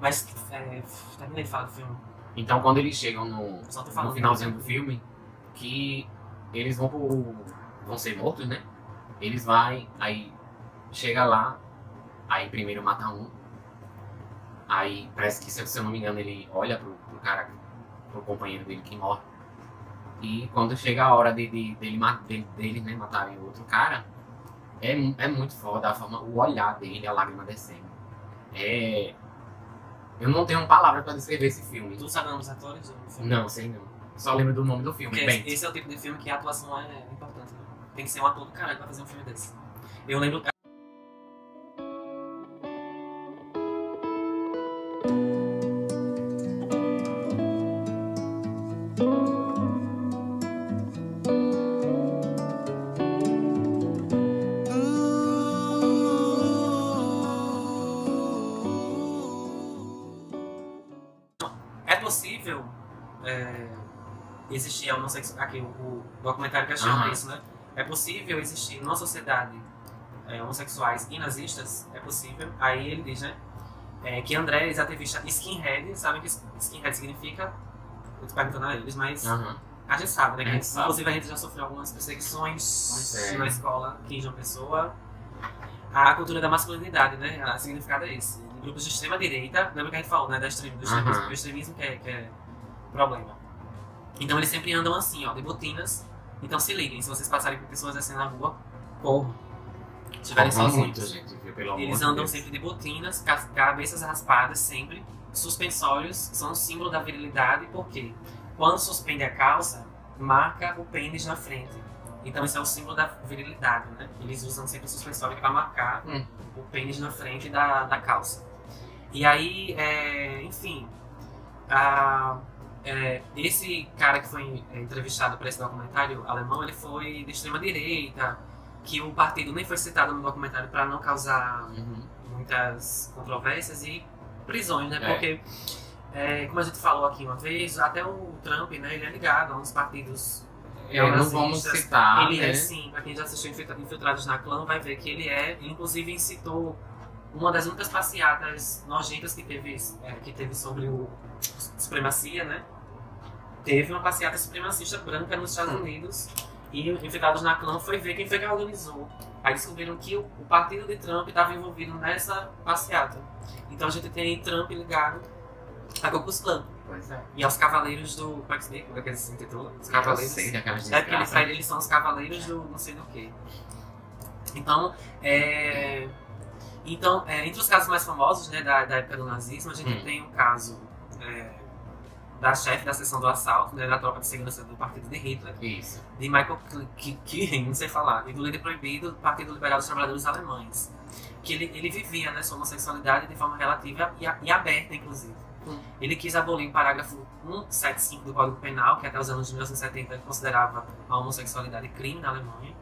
Mas, é, terminei de falar do filme.
Então quando eles chegam no,
Só tô falando.
no finalzinho do filme, que eles vão pro. vão ser mortos, né? Eles vai, aí chega lá, aí primeiro mata um. Aí parece que, se eu- se eu não me engano, ele olha pro, pro cara, pro companheiro dele que morre. E quando chega a hora de, de- dele, ma- dele, dele né, matarem o outro cara, é, mu- é muito foda a forma, o olhar dele, a lágrima descendo. É. Eu não tenho palavra pra descrever esse filme.
Tu sabe o nome dos atores do filme?
Não, sei não. Só lembro do nome do filme.
Porque
Bem,
esse, esse é o tipo de filme que a atuação é importante. né? Tem que ser um ator do caralho pra fazer um filme desse. Eu lembro. É possível. é, existir a homossexu- aqui o, o documentário questiona
Aham.
isso, né? É possível existir numa sociedade é, homossexuais e nazistas? É possível. Aí ele diz, né? é, que André, ex-ativista skinhead, sabem que skinhead significa. Eu tô perguntando a eles, mas
Aham.
a gente sabe, né?
A
Que,
gente sabe.
inclusive a gente já sofreu algumas perseguições
É. Pois é.
na escola aqui em João Pessoa. A cultura da masculinidade, né? O significado é esse. De Grupos de extrema direita, lembra que a gente falou, né? Da extrema, do extremismo,
Aham.
do extremismo que, é, que é problema. Então eles sempre andam assim, ó, de botinas. Então se liguem, se vocês passarem por pessoas assim na rua, corram. Se estiverem
Faltam
sozinhos.
muito, gente, viu? Pelo amor
é né? Eles
de
andam
Deus.
sempre de botinas, ca- cabeças raspadas sempre. Suspensórios são um símbolo da virilidade, porque quando suspende a calça, marca o pênis na frente. Então isso é o símbolo da virilidade, né? Eles usam sempre o suspensório para marcar
Hum.
o pênis na frente da, da calça. E aí, é, enfim, a- é, esse cara que foi é, entrevistado para esse documentário alemão, ele foi de extrema direita, que o partido nem foi citado no documentário para não causar
Uhum.
muitas controvérsias e prisões, né?
É.
Porque, é, como a gente falou aqui uma vez, até o Trump, né, ele é ligado a uns partidos.
É, não vamos
nazistas.
citar,
ele
né?
é sim, pra quem já assistiu Infiltra- Infiltrados na Clã vai ver que ele é, ele, inclusive incitou uma das muitas passeatas nojentas que teve, é, que teve sobre o supremacia, né? Teve uma passeata supremacista branca nos Estados Unidos e o Infiltrados na Clã foi ver quem foi que organizou. Aí descobriram que o, o partido de Trump estava envolvido nessa passeata. Então a gente tem Trump ligado a Ku Klux Klan
Pois é.
e aos Cavaleiros do... Como é que se- como é que eles se intitula? Os
Cavaleiros.
Cavaleiros...
Sei, que aquelas
É porque eles,
desgraças.
saem- eles são os cavaleiros do não sei do que. Então, é, então é, entre os casos mais famosos né, da, da época do nazismo, a gente
Hum.
tem o caso é, da chefe da seção do assalto, né, da tropa de segurança do partido de Hitler,
Isso.
de Michael Kirchen, não sei falar, e do líder proibido do Partido Liberal dos Trabalhadores Alemães. Que ele, ele vivia né, sua homossexualidade de forma relativa e, a- e aberta, inclusive.
Hum.
Ele quis abolir o parágrafo 175 do Código Penal, que até os anos de 1970 considerava a homossexualidade crime na Alemanha.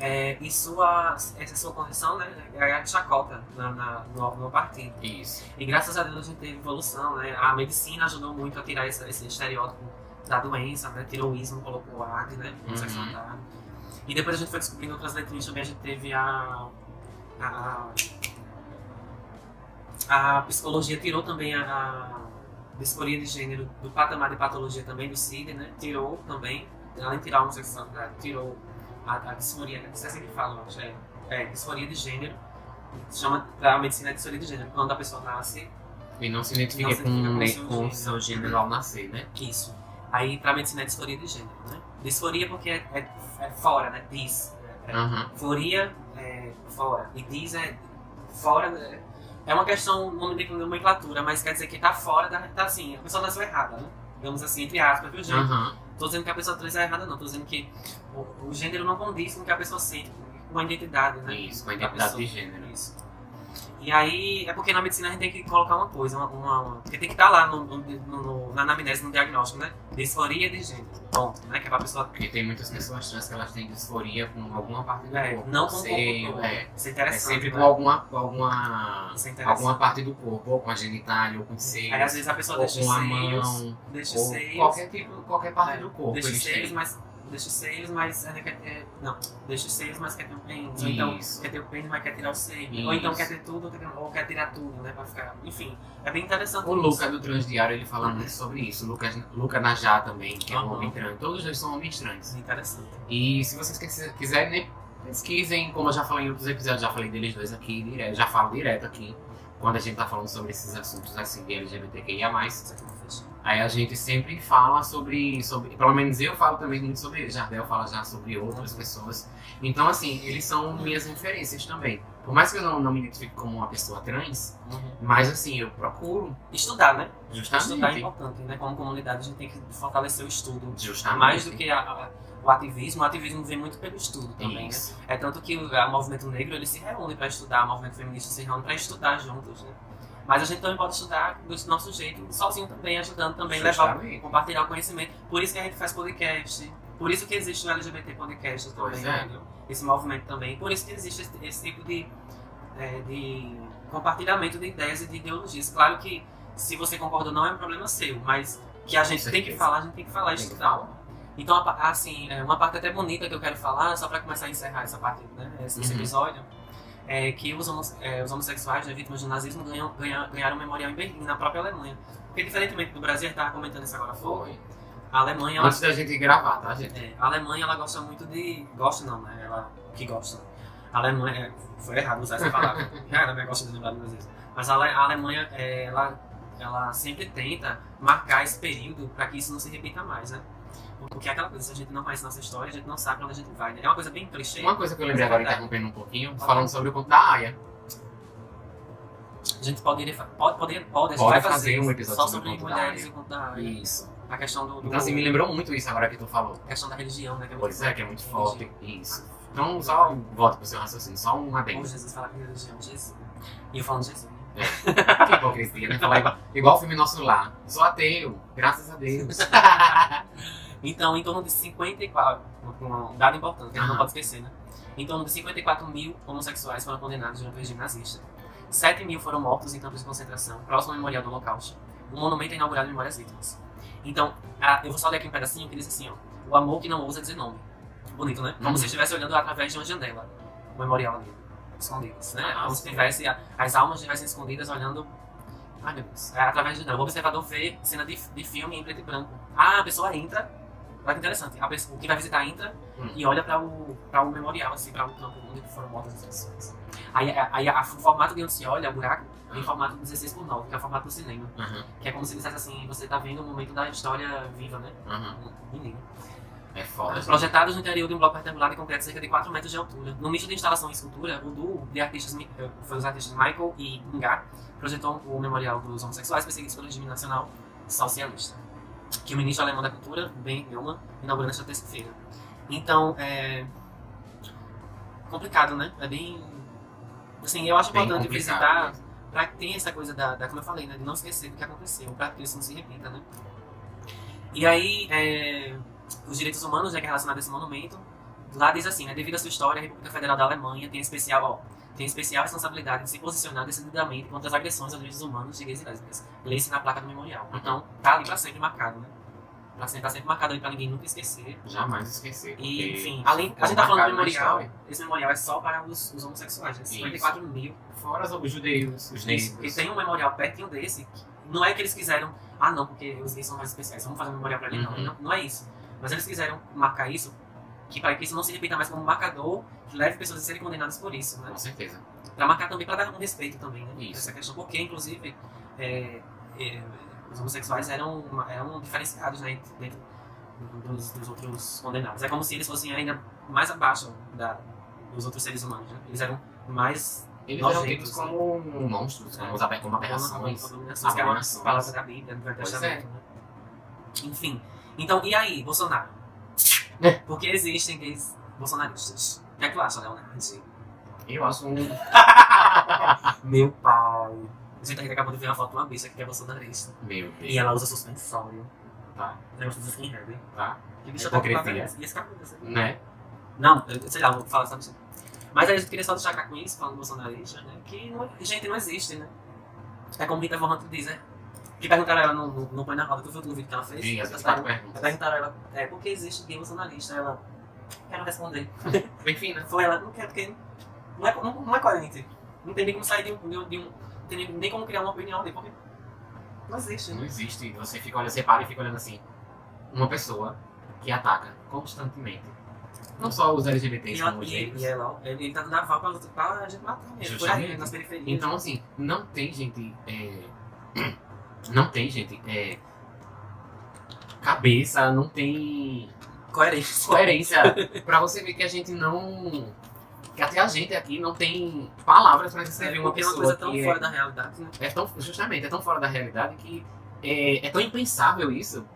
É, e sua, essa sua condição né, era a chacota na, na- no, no partido.
Isso.
E graças a Deus a gente teve evolução, né? A medicina ajudou muito a tirar esse, esse estereótipo da doença, né? Tirou o ismo, colocou o AD, né? Homossexualidade. E depois a gente foi descobrindo outras letrinhas também. A gente teve a. A, a psicologia tirou também a, a disforia de gênero do patamar de patologia também do CID, né? Tirou também, além de tirar a homossexualidade, tirou a, a disforia, né? Isso é assim que falam, acho que é, é, disforia de gênero. Se chama da medicina de disforia de gênero, quando a pessoa nasce
E não se identifica
Não se
com,
identifica com
com
o
o seu gênero ao nascer, né?
Isso. Aí pra medicina é disforia de gênero, né? Disforia porque é, é, é fora, né? Dis. É, é,
Aham.
foria é fora. E dis é fora. né? É uma questão nome de nomenclatura, mas quer dizer que tá fora da. Tá assim, a pessoa nasceu errada, né? Digamos assim, entre aspas, viu, gente?
Aham.
Tô dizendo que a pessoa trans é errada, não. Tô dizendo que o, o gênero não condiz com o que a pessoa sente, com a identidade, né?
Isso, com a
da
identidade de
pessoa.
gênero.
Isso. E aí, é porque na medicina a gente tem que colocar uma coisa, uma. uma- uma- porque tem que estar lá no, no- no- na anamnese, no diagnóstico, né? Disforia de gênero. Ponto, né? Que é pra pessoa
Porque tem muitas pessoas trans que elas têm disforia com alguma parte do
é,
corpo.
não com o
Seio,
corpo todo.
é.
Isso é
É
interessante.
sempre com
né?
alguma, com alguma,
Isso é interessante.
alguma parte do corpo, ou com a genitália, ou com o seio,
Aí às vezes a pessoa
ou
deixa os
com a
seios.
mão,
Deixa os
ou
seios.
qualquer tipo, qualquer parte do corpo.
Deixa os
eles
seios,
têm.
mas. Deixa os seios, mas ainda quer ter. Não, deixa os seios, mas quer ter o pênis. Ou então
Isso.
quer ter o pênis, mas quer tirar o seio. Ou então
Isso.
quer ter tudo, ou quer, ou quer tirar tudo, né? Pra ficar. Enfim, é bem interessante.
O
isso.
Luca do Transdiário, ele fala muito sobre isso. O Lucas, Luca Najá também, que é um
Aham.
homem trans. Todos os dois são homens trans.
Interessante.
E se vocês quis- quiserem, né, pesquisem, como eu já falei em outros episódios, já falei deles dois aqui, direto, já falo direto aqui, quando a gente tá falando sobre esses assuntos assim de LGBTQIA+.
Isso aqui não fecha.
Aí a gente sempre fala sobre, sobre. Pelo menos eu falo também muito sobre. Jardel fala já sobre outras pessoas. Então, assim, eles são minhas referências também. Por mais que eu não, não me identifique como uma pessoa trans, mas assim, eu procuro
Estudar, né?
Tá?
Estudar é
justamente.
importante, né? Como comunidade a gente tem que fortalecer o estudo.
Justamente.
Mais do que a- a- o ativismo, o ativismo vem muito pelo estudo também, né?
Isso.
É tanto que o a movimento negro ele se reúne para estudar, o movimento feminista se reúne para estudar juntos, né? Mas a gente também pode estudar do nosso jeito, sozinho também, ajudando também, levar,
Justamente.
compartilhar o conhecimento. Por isso que a gente faz podcast, por isso que existe o LGBT podcast também,
Pois é.
entendeu? Esse movimento também, por isso que existe esse, esse tipo de, é, de compartilhamento de ideias e de ideologias. Claro que se você concorda ou não é um problema seu, mas que a
Com
gente tem que
certeza.
falar, a gente tem que falar
Tem
e
que
estudar.
falar.
Então, a pa- assim, é, uma parte até bonita que eu quero falar, só pra começar a encerrar essa parte, né, esse, esse
Uhum.
episódio, é que os, homo- é, os homossexuais, né, vítimas do nazismo, ganham, ganha- ganharam um memorial em Berlim, na própria Alemanha. Porque, diferentemente do Brasil, a gente tava comentando isso agora há pouco,
Foi.
a Alemanha, ela,
Antes da gente gravar, tá, gente?
é, a Alemanha, ela gosta muito de... Gosta não, né? Ela que gosta. A Alemanha... é, Foi errado usar essa palavra. a Alemanha gosta de lembrar do nazismo. Mas a, Ale- a Alemanha, é, ela, ela sempre tenta marcar esse período pra que isso não se repita mais, né? Porque é aquela coisa, se a gente não conhece nossa história, a gente não sabe pra onde a gente vai, né? É uma coisa bem clichê.
Uma coisa que eu lembrei agora,
Verdade.
interrompendo um pouquinho, falando sobre o conto da Aya.
A gente poderia, fa- pode, poderia, pode, a gente
Bora
vai fazer,
fazer um episódio
só
sobre
sobre
o conto da
mulheres
Aya.
e é. o conto da Aya.
Isso.
A questão do, do-
Então, assim, me lembrou muito isso agora que tu falou.
a questão da religião, né? Que é muito
Pois é, que é muito forte.
Religião.
Isso. Então, só volta pro seu raciocínio, só um
Como
adendo.
Jesus fala com religião, Jesus. E eu falando Jesus, né?
Que hipocrisia, né? Falar igual, igual o filme Nosso Lar. Sou ateu, graças a Deus.
Então, em torno de 54, um dado importante que a gente não
Aham.
pode esquecer, né? Em torno de 54 mil homossexuais foram condenados durante o regime nazista. 7 mil foram mortos em campos de concentração, próximo ao memorial do Holocausto. O monumento é inaugurado em memória às vítimas. Então, a- eu vou só ler aqui um pedacinho que diz assim, ó. O amor que não ousa dizer nome. Bonito, né? Como
Uhum.
se estivesse olhando através de uma janela. O memorial ali, escondidas, né?
Ah,
Como se
sim.
tivesse, a- as almas estivessem escondidas olhando Ai, meu Deus. É, através de não. O observador vê cena de, de filme em preto e branco. Ah, a pessoa entra. Olha que é interessante. A pessoa, quem vai visitar entra
Hum.
e olha para o, pra o memorial, assim, para o campo onde foram mortas as pessoas. Aí, a- aí a- o formato de onde se olha, o buraco, é em formato 16 por 9, que é o formato do cinema.
Aham,
Que é como se dissesse assim, você tá vendo um momento da história viva, né?
aham.
Menino.
É foda. gente.
Projetados no interior de um bloco retangular de concreto cerca de 4 metros de altura. No misto de instalação e escultura, o duo de artistas, mi- eh, foi os artistas Michael e Ngá, projetou o memorial dos homossexuais perseguidos pelo regime nacional socialista, que o ministro alemão da cultura, Ben Neumann, inaugurou nesta terça-feira. Então, é... complicado, né? É bem... Assim, eu acho
Bem
importante
complicado
visitar
mesmo.
pra que tenha essa coisa da, da- como eu falei, né? De não esquecer do que aconteceu, pra que isso não se repita, né? E aí, é, os direitos humanos, né, que é relacionado a esse monumento, lá diz assim, né? Devido à sua história, a República Federal da Alemanha tem especial, ó, tem especial responsabilidade de se posicionar decididamente contra as agressões aos direitos humanos de gays e lésbicas. Lê-se na placa do memorial.
Uhum.
Então, tá ali pra sempre marcado, né? Pra sempre, tá sempre marcado ali pra ninguém nunca esquecer.
Jamais esquecer.
E,
porque é
enfim, além, a
ficou
gente tá
marcado
falando do
na
memorial,
história.
esse memorial é só para os, os homossexuais, né?
Isso.
54 mil
Fora os- os judeus, os
isso,
negros.
porque tem um memorial pertinho desse, que não é que eles quiseram, ah não, porque os gays são mais especiais, vamos fazer um memorial pra eles, não,
Uhum.
não, não é isso. Mas eles quiseram marcar isso, que para que isso não se repita mais como um marcador que leve pessoas a serem condenadas por isso, né?
Ah, Com certeza.
Pra marcar também, pra dar um respeito também, né?
Isso.
Essa questão, porque inclusive é, é, os homossexuais eram, uma- eram diferenciados, né, dentro dos, dos outros condenados. É como se eles fossem ainda mais abaixo da, dos outros seres humanos, né? Eles eram mais
Eles
Nós
eram
jeitos,
tidos como um né? monstros, como, os abe- como
É,
aberrações.
Abominações, que é uma
Abominações.
palavra da Bíblia, do Velho
Pois é.
Testamento, né? Enfim. Então, e aí, Bolsonaro?
É.
Por que existem gays bolsonaristas? O que é que tu acha, Leonardo?
Eu acho um. Ah,
Meu pai. A gente aqui acabou de ver uma foto de uma bicha que é bolsonarista.
Meu
E
Deus.
ela usa suspensório.
Tá.
Negócio dos skinhead. hein?
Tá?
Que bicha tá com
Hipocrisia.
cabeça. né? E esse cabelo, assim?
Né?
Não, eu- sei lá, vou falar essa bicha. Mas aí eu queria só destacar com isso, falando bolsonarista, né? Que, não- gente, não existe, né? É como Rita Von Hunt diz, né? Que perguntaram a ela no, no, no Põe na Roda, tu viu no vídeo que ela fez?
Vi as
Elas
24
perguntaram-
perguntas.
perguntaram a ela, é, por que existe gay bolsonarista? Ela, quero responder.
Enfim, né?
Foi ela, não quero, porque não é, não, não é coerente. Não tem nem como sair de um... De um, de um não tem nem, nem como criar uma opinião ali, porque não existe, né?
Não existe. Você fica olhando, você para e fica olhando assim. Uma pessoa que ataca constantemente. Não só os
E
LGBTs,
ela,
como os
e,
negros.
e ela, ele, ele tá dando aval pra, pra gente matar mesmo, por aí,
Justamente.
nas periferias.
Então, assim, não tem gente. é, Não tem gente. é, Cabeça, não tem
coerente.
coerência. pra você ver que a gente não. Que até a gente aqui não tem palavras pra descrever uma
Porque é uma
pessoa.
coisa tão
que é-
fora da realidade, né?
é tão, justamente, é tão fora da realidade que é, é tão impensável isso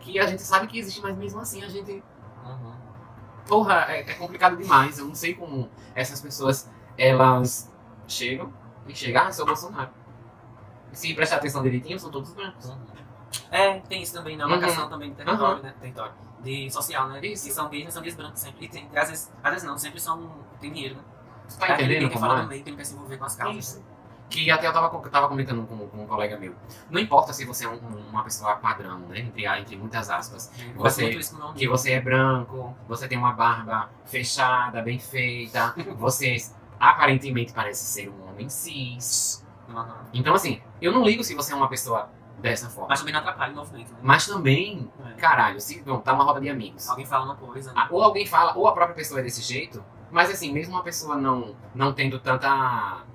que a gente sabe que existe, mas mesmo assim a gente.
Uhum.
Porra, é, é complicado demais. Eu não sei como essas pessoas elas chegam e chegam, ah, sou Bolsonaro. E se prestar atenção direitinho, são todos brancos. Tá
É, tem isso também, né? A
Uhum.
marcação também de território,
Uhum.
né? Território. De social, né?
Isso.
E são gays, mas são gays brancos sempre. E tem, às vezes, às vezes não, sempre são. Tem dinheiro, né?
Você
É
tá
aquele gay
entendendo
que
como
fala do
é?
meio, que não quer se envolver com as causas. né?
Isso. assim. Que até eu tava, co- tava comentando com, com um colega meu. Não importa se você é um- uma pessoa padrão, né? Entre, a- entre muitas aspas.
Eu
Você-
gosto muito isso com o meu
que
amigo.
você é branco, você tem uma barba fechada, bem feita, você aparentemente parece ser um homem cis.
Uhum.
Então, assim, eu não ligo se você é uma pessoa dessa forma.
Mas também não atrapalha o movimento, né?
Mas também,
É.
caralho, se não, tá uma roda de amigos.
Alguém fala uma coisa,
Ah,
né?
Ou alguém fala, ou a própria pessoa é desse jeito, mas assim, mesmo uma pessoa não, não tendo tanta.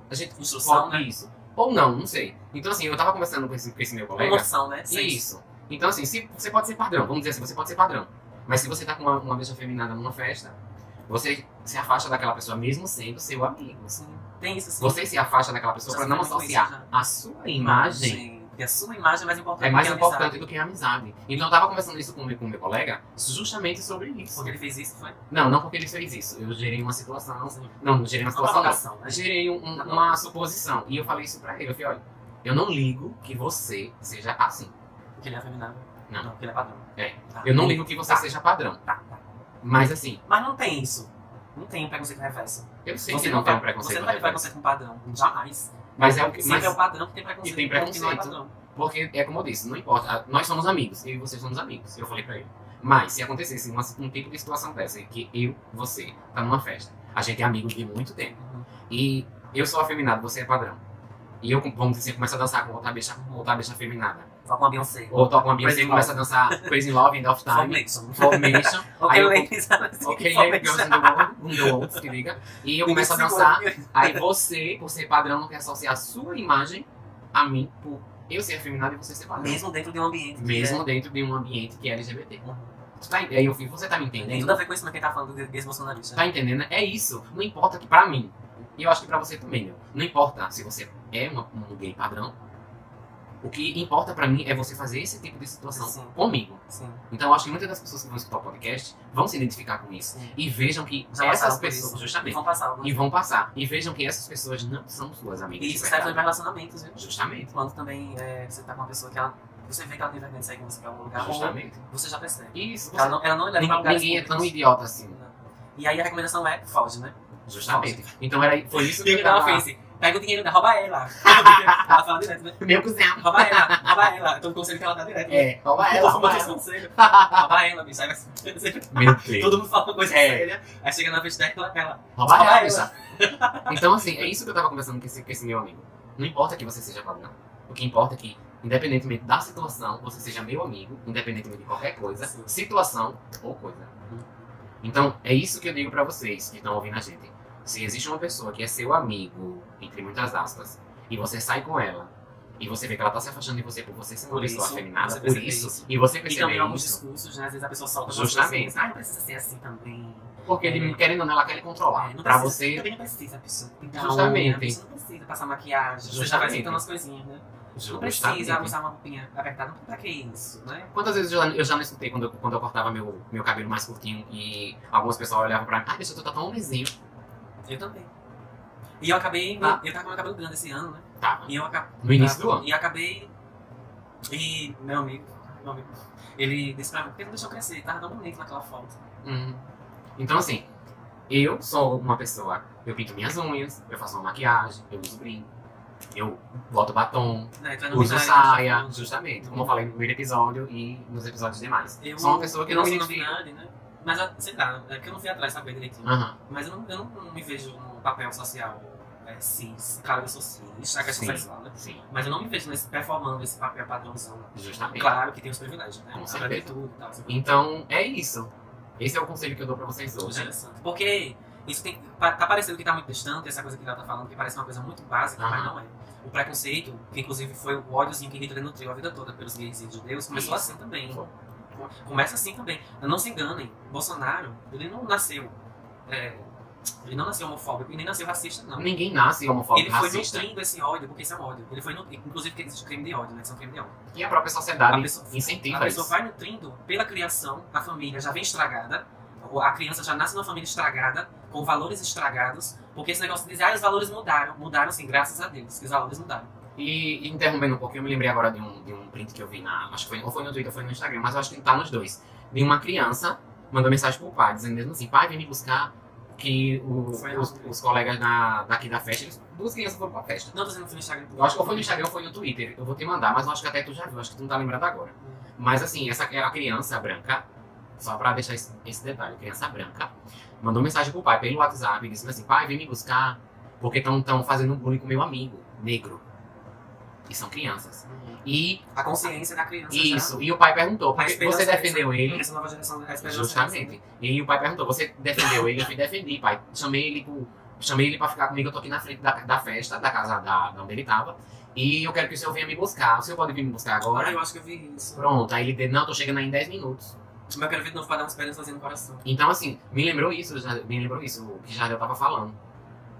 A gente
Instrução, né?
isso. Ou não, não sei. Então, assim, eu tava conversando com esse, com esse meu colega.
Emoção, né? Sim.
Isso. Então, assim, se, você pode ser padrão, vamos dizer assim, você pode ser padrão. Mas se você tá com uma, uma bicha feminada numa festa, você se afasta daquela pessoa mesmo sendo seu amigo.
Sim. Tem isso, sim.
Você se afasta daquela pessoa pra
Já se
não
preocupa com isso,
associar a sua imagem
E a sua imagem é mais importante
É mais
que a
importante
amizade.
do que a amizade. Então eu tava conversando isso com o meu, com o meu colega justamente sobre isso.
Porque ele fez isso, foi?
Não, não porque ele fez isso. Eu gerei uma situação.
Sim.
Não, não gerei uma
Uma
situação. não.
provocação, né?
gerei um- um- uma suposição. E eu falei isso pra ele. Eu falei, olha, eu não ligo que você seja assim.
Porque ele é afeminado.
Não.
Não, porque ele é padrão.
É.
Tá.
Eu não ligo que você seja padrão.
Tá, tá.
Mas assim,
Mas não tem isso. Não tem um preconceito reverso.
eu sei que não tem um preconceito.
Você não vai ter
reverso.
preconceito com um padrão. Jamais.
Mas é o que.
Sempre
Mas,
é o padrão que tem preconceito.
E tem
Não é
preconceito.
padrão.
porque é como eu disse, não importa. Ah, Nós somos amigos, eu e vocês somos amigos. Eu falei pra ele. Mas se acontecesse uma- um tipo de situação dessa, que eu, você, tá numa festa, a gente é amigo de muito tempo.
Uhum.
E eu sou afeminado, você é padrão. E eu, vamos dizer, começo a dançar com outra bicha, outra bicha afeminada.
Só com a Beyoncé.
Ou toca uma Beyoncé
Crazy
e começa a dançar Crazy Love, End of Time,
Formation.
Formation.
Ok,
eu-
ladies.
Ok, yeah, Girls in the World, um the World, se liga. E eu começo a dançar. Aí você, por ser padrão, não quer associar a sua imagem a mim, por eu ser afeminado e você ser padrão.
Mesmo dentro de um ambiente. que
Mesmo dentro de um ambiente que é LGBT.
é- Uhum.
Tu tá, aí eu fico, você tá me
Tem tudo
entendendo?
a ver com isso, mas quem tá falando de gays bolsonaristas.
Tá entendendo? É isso. Não importa que pra mim. E eu acho que pra você também, meu. Não importa se você é uma- um gay padrão. O que importa pra mim é você fazer esse tipo de situação
Sim.
comigo.
Sim.
Então, eu acho que muitas das pessoas que vão escutar o podcast vão se identificar com isso.
Sim.
E vejam que essas
Já passaram por
pessoas,
isso. E
justamente,
vão passar algumas
e vão passar. E vejam que essas pessoas não são suas amigas.
E isso
de
serve
verdade.
também pra relacionamentos, viu?
Justamente.
Quando também é, você tá com uma pessoa que ela. Você vê que ela tem vergonha de sair com você pra algum
é
lugar, ou
Justamente.
você já percebe.
Isso.
Ela não, ela não olha pra
Ninguém,
lugares
ninguém é tão
públicos.
idiota assim.
E aí a recomendação é foge, né?
Justamente. Então, era, foi isso que eu
Fica na
tava...
face. Pega o dinheiro dela, rouba ela. ela fala direto, né?
Meu cuzão.
Rouba ela, rouba ela. Então o conselho que ela dá direto. né?
É, rouba ela,
Rouba
rouba
esse
ela.
conselho. Rouba ela, bicho. Aí você-
Meu Deus.
Todo mundo fala uma coisa
É.
séria. Aí chega na frente dela, ela.
Rouba
Rouba
ela,
ela.
bicha. Então, assim, é isso que eu tava conversando com esse, com esse meu amigo. Não importa que você seja padrão. O que importa é que, independentemente da situação, você seja meu amigo, independentemente de qualquer coisa,
Sim.
situação ou coisa. Então, é isso que eu digo pra vocês que estão ouvindo a gente. Se existe uma pessoa que é seu amigo, entre muitas aspas, e você sai com ela, e você vê que ela tá se afastando de você por você ser uma
Por
pessoa
isso,
afeminada,
você
por
percebe
isso,
isso.
e você
E também
perceber
alguns
isso,
discursos, né? Às vezes a pessoa solta umas
Justamente.
coisas, Ah, não precisa ser assim também.
porque ele, uhum, querendo ou não, ela quer lhe controlar.
É, não
pra
precisa-
você,
Também não precisa, bicho. Pintar a
Justamente.
unha, a pessoa não precisa passar maquiagem. Você já vai
Justamente.
sentando as coisinhas, né? Não precisa
justamente.
usar uma roupinha apertada. Não, pra que isso, né?
Quantas vezes eu já, eu já não escutei quando eu, quando eu cortava meu, meu cabelo mais curtinho e algumas pessoas olhavam pra mim, ai, deixa eu tá tão homenzinho.
Eu também. E eu acabei.
Tá.
Eu tava com meu cabelo grande esse ano, né?
Tava.
E eu acabei.
No início do ano.
E eu acabei. E meu amigo. Meu amigo. Ele disse pra mim, por que não deixou crescer? Tava tão bonito naquela foto.
Uhum. Então, assim, eu sou uma pessoa. Eu pinto minhas unhas, eu faço uma maquiagem, eu uso brinco, eu boto batom,
Né? Tu é
uso
novidade,
saia,
né?
justamente. Como eu falei no primeiro episódio e nos episódios demais.
Eu
sou uma pessoa que não me
sou
identifica.
novidade, né? Mas, eu- sei lá, é porque eu não fui atrás, sabe, direitinho.
Aham.
Mas eu não, eu não me vejo num papel social é, cis. Claro, eu sou cis, a
Sim.
questão sexual, né?
Sim,
Mas eu não me vejo nesse, performando esse papel padrãozão. né?
justamente.
Claro que tem os privilégios, né?
Com
Sobre a
certeza.
tudo e tal. sobre-
Então, é isso. Esse é o conselho que eu dou pra vocês
Hoje é
hoje.
interessante. Porque isso tem, pa- tá parecendo que tá muito distante, essa coisa que ela tá falando, que parece uma coisa muito básica, mas
Aham.
não é. O preconceito, que inclusive foi o ódiozinho que Hitler nutriu a vida toda pelos gays e judeus, começou
Isso.
assim também. Começa assim também. Não se enganem, Bolsonaro, ele não nasceu. é, ele não nasceu homofóbico e nem nasceu racista, não.
Ninguém nasce homofóbico,
ele foi
racista.
nutrindo esse ódio, porque isso é um ódio. Ele foi nu- Inclusive, que existe crime de ódio, né? que São crime de ódio.
E a própria
A
sociedade
pessoa, a
incentiva
pessoa
isso.
vai nutrindo pela criação, a família já vem estragada, ou a criança já nasce numa família estragada, com valores estragados, porque esse negócio de dizer, ah, os valores mudaram. Mudaram, assim, graças a Deus, que os valores mudaram.
E e interrompendo um pouquinho, eu me lembrei agora de um, de um print que eu vi na. Acho que foi, ou foi no Twitter, ou foi no Instagram, mas eu acho que tá nos dois. De uma criança mandou mensagem pro pai, dizendo mesmo assim: pai, vem me buscar, que o-
Foi
os,
no-
os colegas da, daqui da festa, eles, duas crianças foram pra festa.
Não tô dizendo que foi no Instagram.
Eu acho que ou foi no Instagram ou foi no Twitter. Eu vou te mandar, mas eu acho que até tu já viu, acho que tu não tá lembrado agora. Mas assim, essa a criança branca, só pra deixar esse, esse detalhe, a criança branca, mandou mensagem pro pai pelo WhatsApp e disse assim, pai, vem me buscar, porque estão tão fazendo um bullying com meu amigo, negro. E são crianças.
Uhum.
E
A consciência da criança
isso, e o pai perguntou,
já.
por
A
que
esperança
você defendeu
dessa-
ele?
Essa nova geração, a esperança é assim.
Justamente. E o pai perguntou, você defendeu ele? Eu fui defendi, pai. Chamei ele pro- Chamei ele pra ficar comigo, eu tô aqui na frente da, da festa, da casa da, da onde ele tava. E eu quero que o senhor venha me buscar. O senhor pode vir me buscar
Ah,
agora?
eu acho que eu vi isso.
Pronto, aí ele disse, não, tô chegando aí em 10 minutos.
Mas eu quero ver de novo pra dar uma esperança no coração.
Então, assim, me lembrou isso, já, me lembrou isso que já eu tava falando.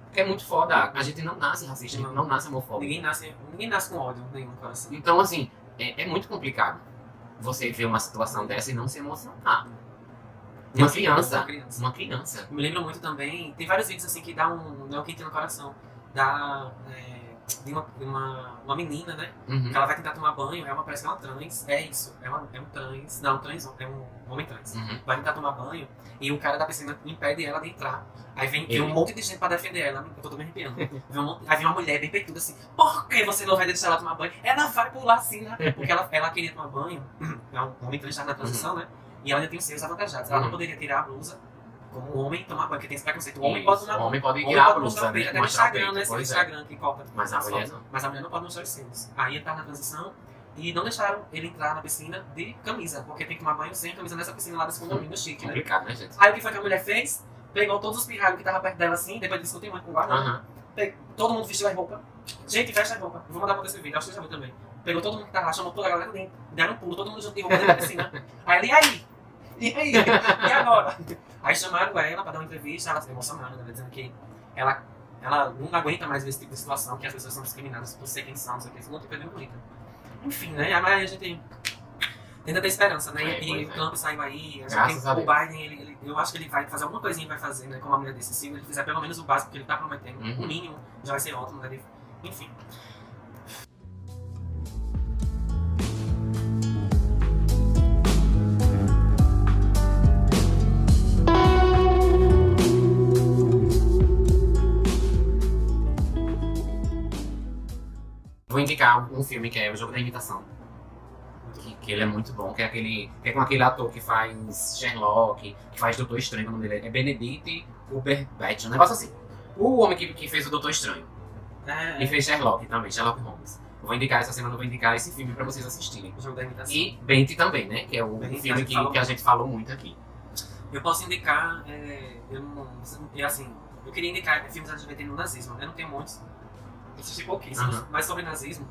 Porque é muito foda. A gente não nasce racista, não, não nasce homofóbico.
Ninguém nasce, ninguém nasce com ódio nenhum no coração.
Então, assim, é, é muito complicado você ver uma situação dessa e não se emocionar. Uma
Uma
criança,
criança, uma criança.
uma criança.
Eu me lembro muito também, tem vários vídeos assim que dá um, dá um quente no coração. Dá, é, de uma, de uma, uma menina, né?
Uhum.
Que ela vai tentar tomar banho, é uma, parece que é uma trans. É isso, é, uma, é um trans. Não, trans é um homem trans.
Uhum.
Vai tentar tomar banho e o cara da piscina impede ela de entrar. Aí vem, vem
Ele.
um monte de gente pra defender ela. Eu tô todo me arrepiando. Vem um monte- aí vem uma mulher bem peituda assim: Por que você não vai deixar ela tomar banho? Ela vai pular assim, né?
É.
Porque ela, ela queria tomar banho. É um homem trans tá na transição, né? E ela ainda tem os seus avantajados. Ela não
Uhum.
poderia tirar a blusa como um homem e tomar banho, porque tem esse preconceito. O homem pode
Isso,
tomar
o homem pode
Ou
tirar a
pode
blusa,
mostrar o peito,
né?
até no
Mostrar o
Instagram, né?
peito.
Esse
Pois é.
Instagram que corta.
Mas a
as
mulher
fotos.
não.
Mas a mulher não pode mostrar os seios. Aí ele tava na transição e não deixaram ele entrar na piscina de camisa, porque tem que tomar banho sem camisa nessa piscina lá desse condomínio chique, né?
Complicado, né, gente?
Aí o que foi que a mulher fez? Pegou todos os pirralhos que tava perto dela assim, depois discutiu muito com o guarda. né?
Aham.
Todo mundo vestiu a roupa. Gente, veste a roupa. Vou mandar pra você esse vídeo, acho que você já viu também. Pegou todo mundo que tava lá, chamou toda a galera dentro. Deram um pulo, todo mundo junto de roupa dentro da piscina. Aí ele, e aí? E aí? E agora? Aí chamaram ela pra dar uma entrevista, ela se emocionando, né, dizendo que ela, ela não aguenta mais ver esse tipo de situação, que as pessoas são discriminadas por ser quem são, não sei o que, isso não tem perda bonita. Enfim, né? Mas a gente tenta ter esperança, né?
É,
e
pois
o
é.
Trump saiu aí, a gente
Graças
tem-
a
o Biden, ele, ele- eu acho que ele vai fazer alguma coisinha, vai fazer, né? Como a mulher disse, se ele fizer pelo menos o básico que ele tá prometendo,
Uhum.
o mínimo, já vai ser ótimo, né? Enfim.
Vou indicar um filme que é O Jogo da Imitação. Que, que
Hum.
ele é muito bom, que é aquele. que é com aquele ator que faz Sherlock, que faz Doutor Estranho, o nome dele é Benedict Cumberbatch, um negócio assim. O homem que, que fez o Doutor Estranho.
É,
E fez Sherlock também, Sherlock Holmes. Eu Vou indicar essa semana, eu vou indicar esse filme pra vocês assistirem.
o jogo da imitação.
E Bente também, né? Que é o
Bente, a
filme
gente
que,
falou
que a gente falou muito aqui.
Eu posso indicar, é, eu não, e assim, eu queria indicar filmes LGBT no nazismo, né, eu não tenho muitos, assisti pouquíssimos,
Aham.
mas sobre nazismo,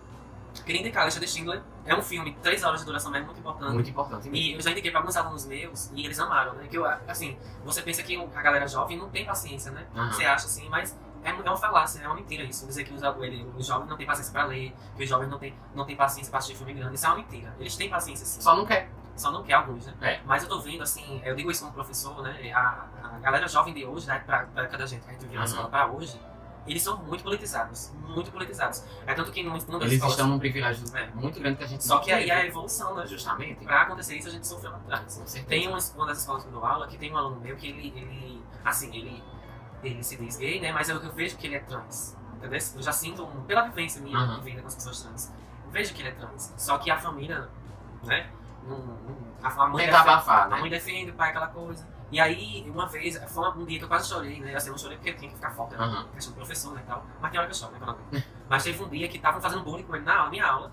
eu queria indicar Alexandre Schindler, é um filme, três horas de duração, mas é muito importante,
Muito importante mesmo.
Ah. e eu já indiquei pra alguns alunos meus, e eles amaram, né, que eu, assim, você pensa que a galera jovem não tem paciência, né,
Aham.
você acha assim, mas é, mu- é uma falácia, é uma mentira isso. Dizer que os, alu- ele, os jovens não têm paciência pra ler, que os jovens não têm, não têm paciência pra assistir filme grande. Isso é uma mentira. Eles têm paciência sim, só,
Só não quer.
só não quer alguns, né?
É.
Mas eu tô vendo assim, eu digo isso como professor, né? A, a galera jovem de hoje, né? Pra, pra cada gente que a gente viu na
Uhum.
escola pra hoje, eles são muito politizados, muito politizados. É tanto que não, não
Eles estão num privilégio
É.
muito grande que a gente
Só
não
que aí é
teve.
a evolução, né?
Justamente.
Pra acontecer isso, a gente sofreu lá atrás.
Com certeza.
Tem uma, uma das escolas que eu dou aula que tem um aluno meu que ele, ele assim, ele, ele se diz gay, né? Mas eu, eu vejo que ele é trans. Entendeu? Eu já sinto, um- pela vivência minha
Aham.
de vida com as pessoas trans, eu vejo que ele é trans. Só que a família, né? Não, não- a, a, mãe
Tentar
defende,
abafar,
a
né?
mãe defende, o pai, aquela coisa. E aí, uma vez, foi um dia que eu quase chorei, né? Assim, eu não chorei porque eu tinha que ficar foca, né?
Aham.
questão do professor né, e tal. Mas tem hora que eu choro, né? quando eu
É.
aguento. Mas teve um dia que estavam fazendo bullying com ele na aula, minha aula.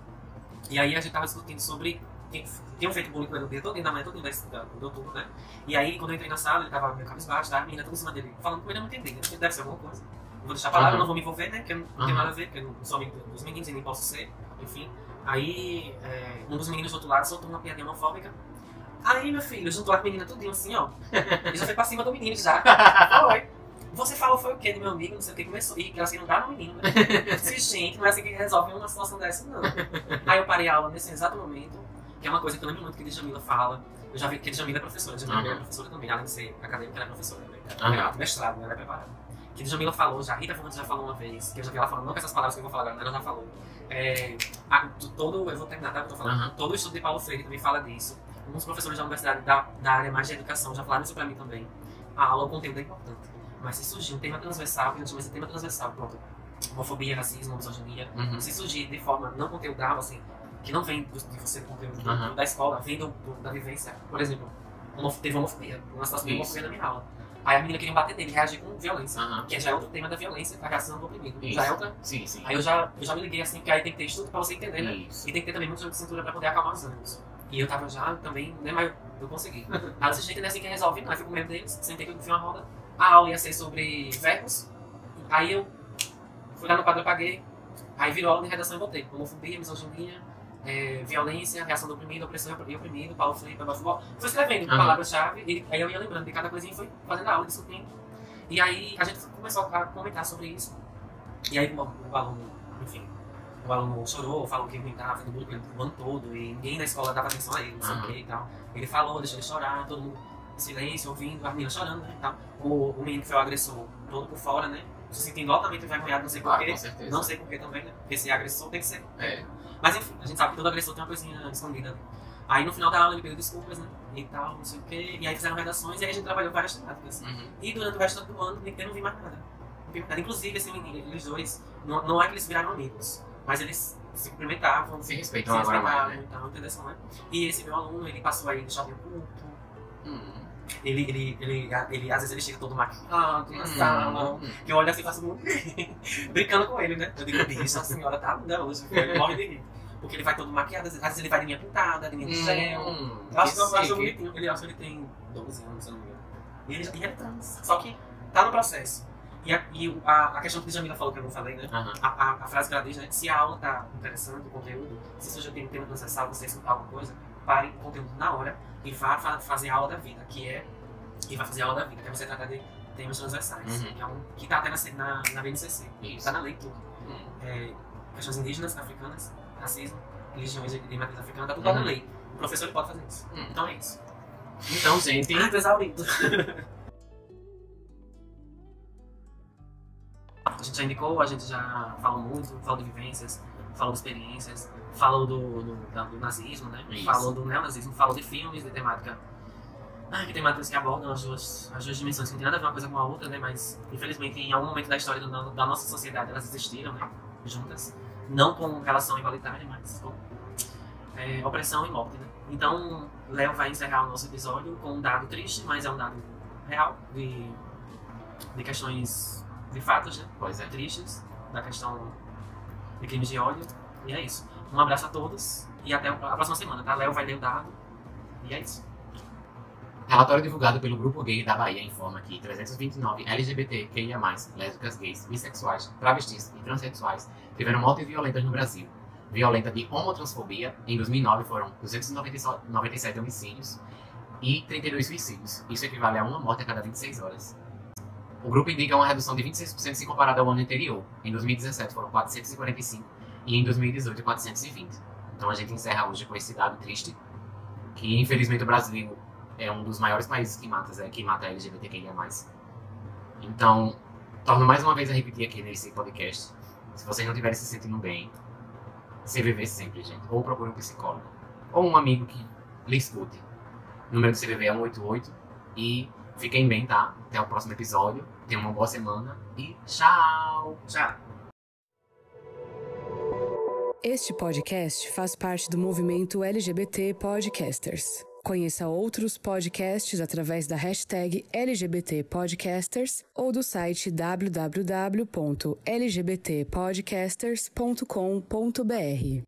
E aí a gente tava discutindo sobre. tem- Tinham feito bullying com ele o dia todo, na manhã todo do turno, né? E aí, quando eu entrei na sala, ele tava meio cabisbaixo, tá? a menina toda em cima dele, falando com ele, eu não entendi, né? Deve ser alguma coisa. Não vou deixar pra lá,
Aham.
eu não vou me envolver, né? Porque eu não tenho
Aham.
nada a ver, porque eu não sou amigo dos meninos e nem posso ser, enfim. Aí, é, um dos meninos do outro lado soltou uma piadinha homofóbica. Aí, meu filho, juntou a menina tudinho assim, ó. E já foi pra cima do menino já. Foi. Você falou foi o quê do meu amigo, não sei o que, começou. E elas queriam dar no menino, né? Eu disse, gente, não é assim que resolve uma situação dessa, não. Aí eu parei a aula nesse exato momento, que é uma coisa que eu lembro muito que Djamila fala. Eu já vi que Djamila é professora, Djamila é
Aham.
professora também, além de ser acadêmica, ela é professora também.
Aham.
Ela tem mestrado, né? ela é preparada. Que Djamila falou já, Rita Fernandes já falou uma vez, que eu já vi ela falando, não com essas palavras que eu vou falar agora, mas ela já falou. É, a- do- todo, eu vou terminar, tá? Eu tô falando.
Aham.
Todo o estudo de Paulo Freire também fala disso. Alguns professores da universidade da, da área mais de educação já falaram isso pra mim também. A aula, o conteúdo é importante. Mas se surgir um tema transversal, que a gente chama esse tema transversal, pronto. Homofobia, racismo, misoginia.
Uhum.
Se surgir de forma não conteudal, assim, que não vem do- de você do conteúdo
Aham.
da escola, vem do, do- da vivência. Por exemplo, homof- teve homofobia, uma situação de
Isso.
homofobia na minha aula. Aí a menina queria um bater nele, reagir com violência.
Aham.
Que já é outro tema da violência, a reação do oprimido.
Isso.
Já é outra.
Sim, sim.
Aí eu já, eu já me liguei assim, porque aí tem que ter estudo pra você entender, né?
Isso.
E tem que ter também muito jogo de cintura pra poder acalmar os ânimos. E eu tava já também, né, mas eu consegui. Aí desse jeito, não é assim que resolve, não. Eu fico com medo deles, sentei que eu fui uma roda. A aula ia ser sobre verbos. Aí eu fui lá no quadro, apaguei. Aí virou aula de redação e voltei. Homofobia, misoginia, eh, violência, reação do oprimido, opressão e oprimido, Paulo Freire, blá, blá, blá, blá. Fui escrevendo
Aham.
palavras-chave, e aí eu ia lembrando de cada coisinha e fui fazendo a aula, discutindo. E aí a gente começou a comentar sobre isso. E aí o, o aluno, enfim, o aluno chorou, falou que ele estava fazendo bullying com ele o ano todo e ninguém na escola dava atenção a ele, não sei o que e tal. Ele falou, deixou ele chorar, todo mundo em silêncio, ouvindo, a menina chorando né, e tal. O, o menino que foi o agressor, todo por fora, né? Se sentindo altamente envergonhado, não sei
Claro,
porquê.
Ah, com certeza.
Não sei porquê também, né? Porque se é agressor tem que ser.
É.
Mas enfim, a gente sabe que todo agressor tem uma coisinha escondida. né? Aí no final da aula ele pediu desculpas, né? E tal, não sei o quê. E aí fizeram redações e aí a gente trabalhou várias temáticas.
Uhum.
E durante o resto do ano, eu não vi mais nada. Não vi mais nada. Inclusive, esse menino, eles dois, não, não é que eles viraram amigos, mas eles se cumprimentavam,
Se respeitam agora mais, né?
então, entendeu? Assim, né? E esse meu aluno, ele passou aí no shopping culto,
Hum.
ele, ele, ele, ele, às vezes ele chega todo maquiado na sala,
Hum.
que eu olho assim e faço um brincando com ele, né? Eu digo, bicho, a senhora tá dando, ele morre de rir. Porque ele vai todo maquiado, às vezes ele vai de linha pintada, de linha de gel,
Hum.
é um eu acho que eu
Esse
acho
aqui.
bonitinho. Ele acha que ele tem 12 anos, se eu não me engano. né? E ele, e ele é trans. Só que tá no processo. E a, e o- a, a questão que a Jamila falou que eu não falei, né?
Aham.
A, a, a frase que ela diz, né? Se a aula tá interessante, o conteúdo, se surge tem um tema processal, você escutar alguma coisa, pare o conteúdo na hora e vá fa- fazer a aula da vida, que é. E vai fazer a aula da vida, que é você tratar de temas transversais.
Uhum.
Que, é um, que tá até na, na, na BNCC,
Isso.
tá na lei tudo.
Hum.
É, questões indígenas, africanas, racismo, religiões de, de matriz africana, tá tudo lá na
Uhum.
lei. O professor ele pode fazer isso.
Hum.
Então é isso.
Então, gente,
Ah, tô exaurido. a gente já indicou, a gente já falou muito, falou de vivências, falou de experiências, falou do, do, da- do nazismo, né?
Isso.
Falou do neonazismo, falou de filmes, de temática. Ah, que temáticas que abordam as duas, as duas dimensões, que não tem nada a ver uma coisa com a outra, né? Mas, infelizmente, em algum momento da história do no- da nossa sociedade, elas existiram, né? Juntas. Não com relação igualitária, mas com é, opressão e morte, né? Então, Léo vai encerrar o nosso episódio com um dado triste, mas é um dado real, de, de questões, de fatos, né?
pois é.
Tristes, da questão de crimes de ódio. E é isso. Um abraço a todos e até a próxima semana, tá? Léo vai ler o dado. E é isso.
Relatório divulgado pelo Grupo Gay da Bahia informa que 329 LGBTQIA+, lésbicas, gays, bissexuais, travestis e transexuais tiveram mortes violentas no Brasil. Violenta de homotransfobia, em 2009 foram 297 homicídios e 32 suicídios. Isso equivale a uma morte a cada 26 horas. O grupo indica uma redução de 26% se comparado ao ano anterior. Em 2017 foram 445 e em 2018 420. Então a gente encerra hoje com esse dado triste, que infelizmente o brasileiro é um dos maiores países que mata, que mata LGBTQIA+. Então, torno mais uma vez a repetir aqui nesse podcast, se vocês não estiverem se sentindo bem, CVV sempre, gente. Ou procure um psicólogo. Ou um amigo que lhe escute. O número do CVV é 188. E fiquem bem, tá? Até o próximo episódio. Tenham uma boa semana. E tchau!
Tchau.
Este podcast faz parte do movimento LGBT Podcasters. Conheça outros podcasts através da hashtag LGBT Podcasters ou do site www.lgbtpodcasters.com.br.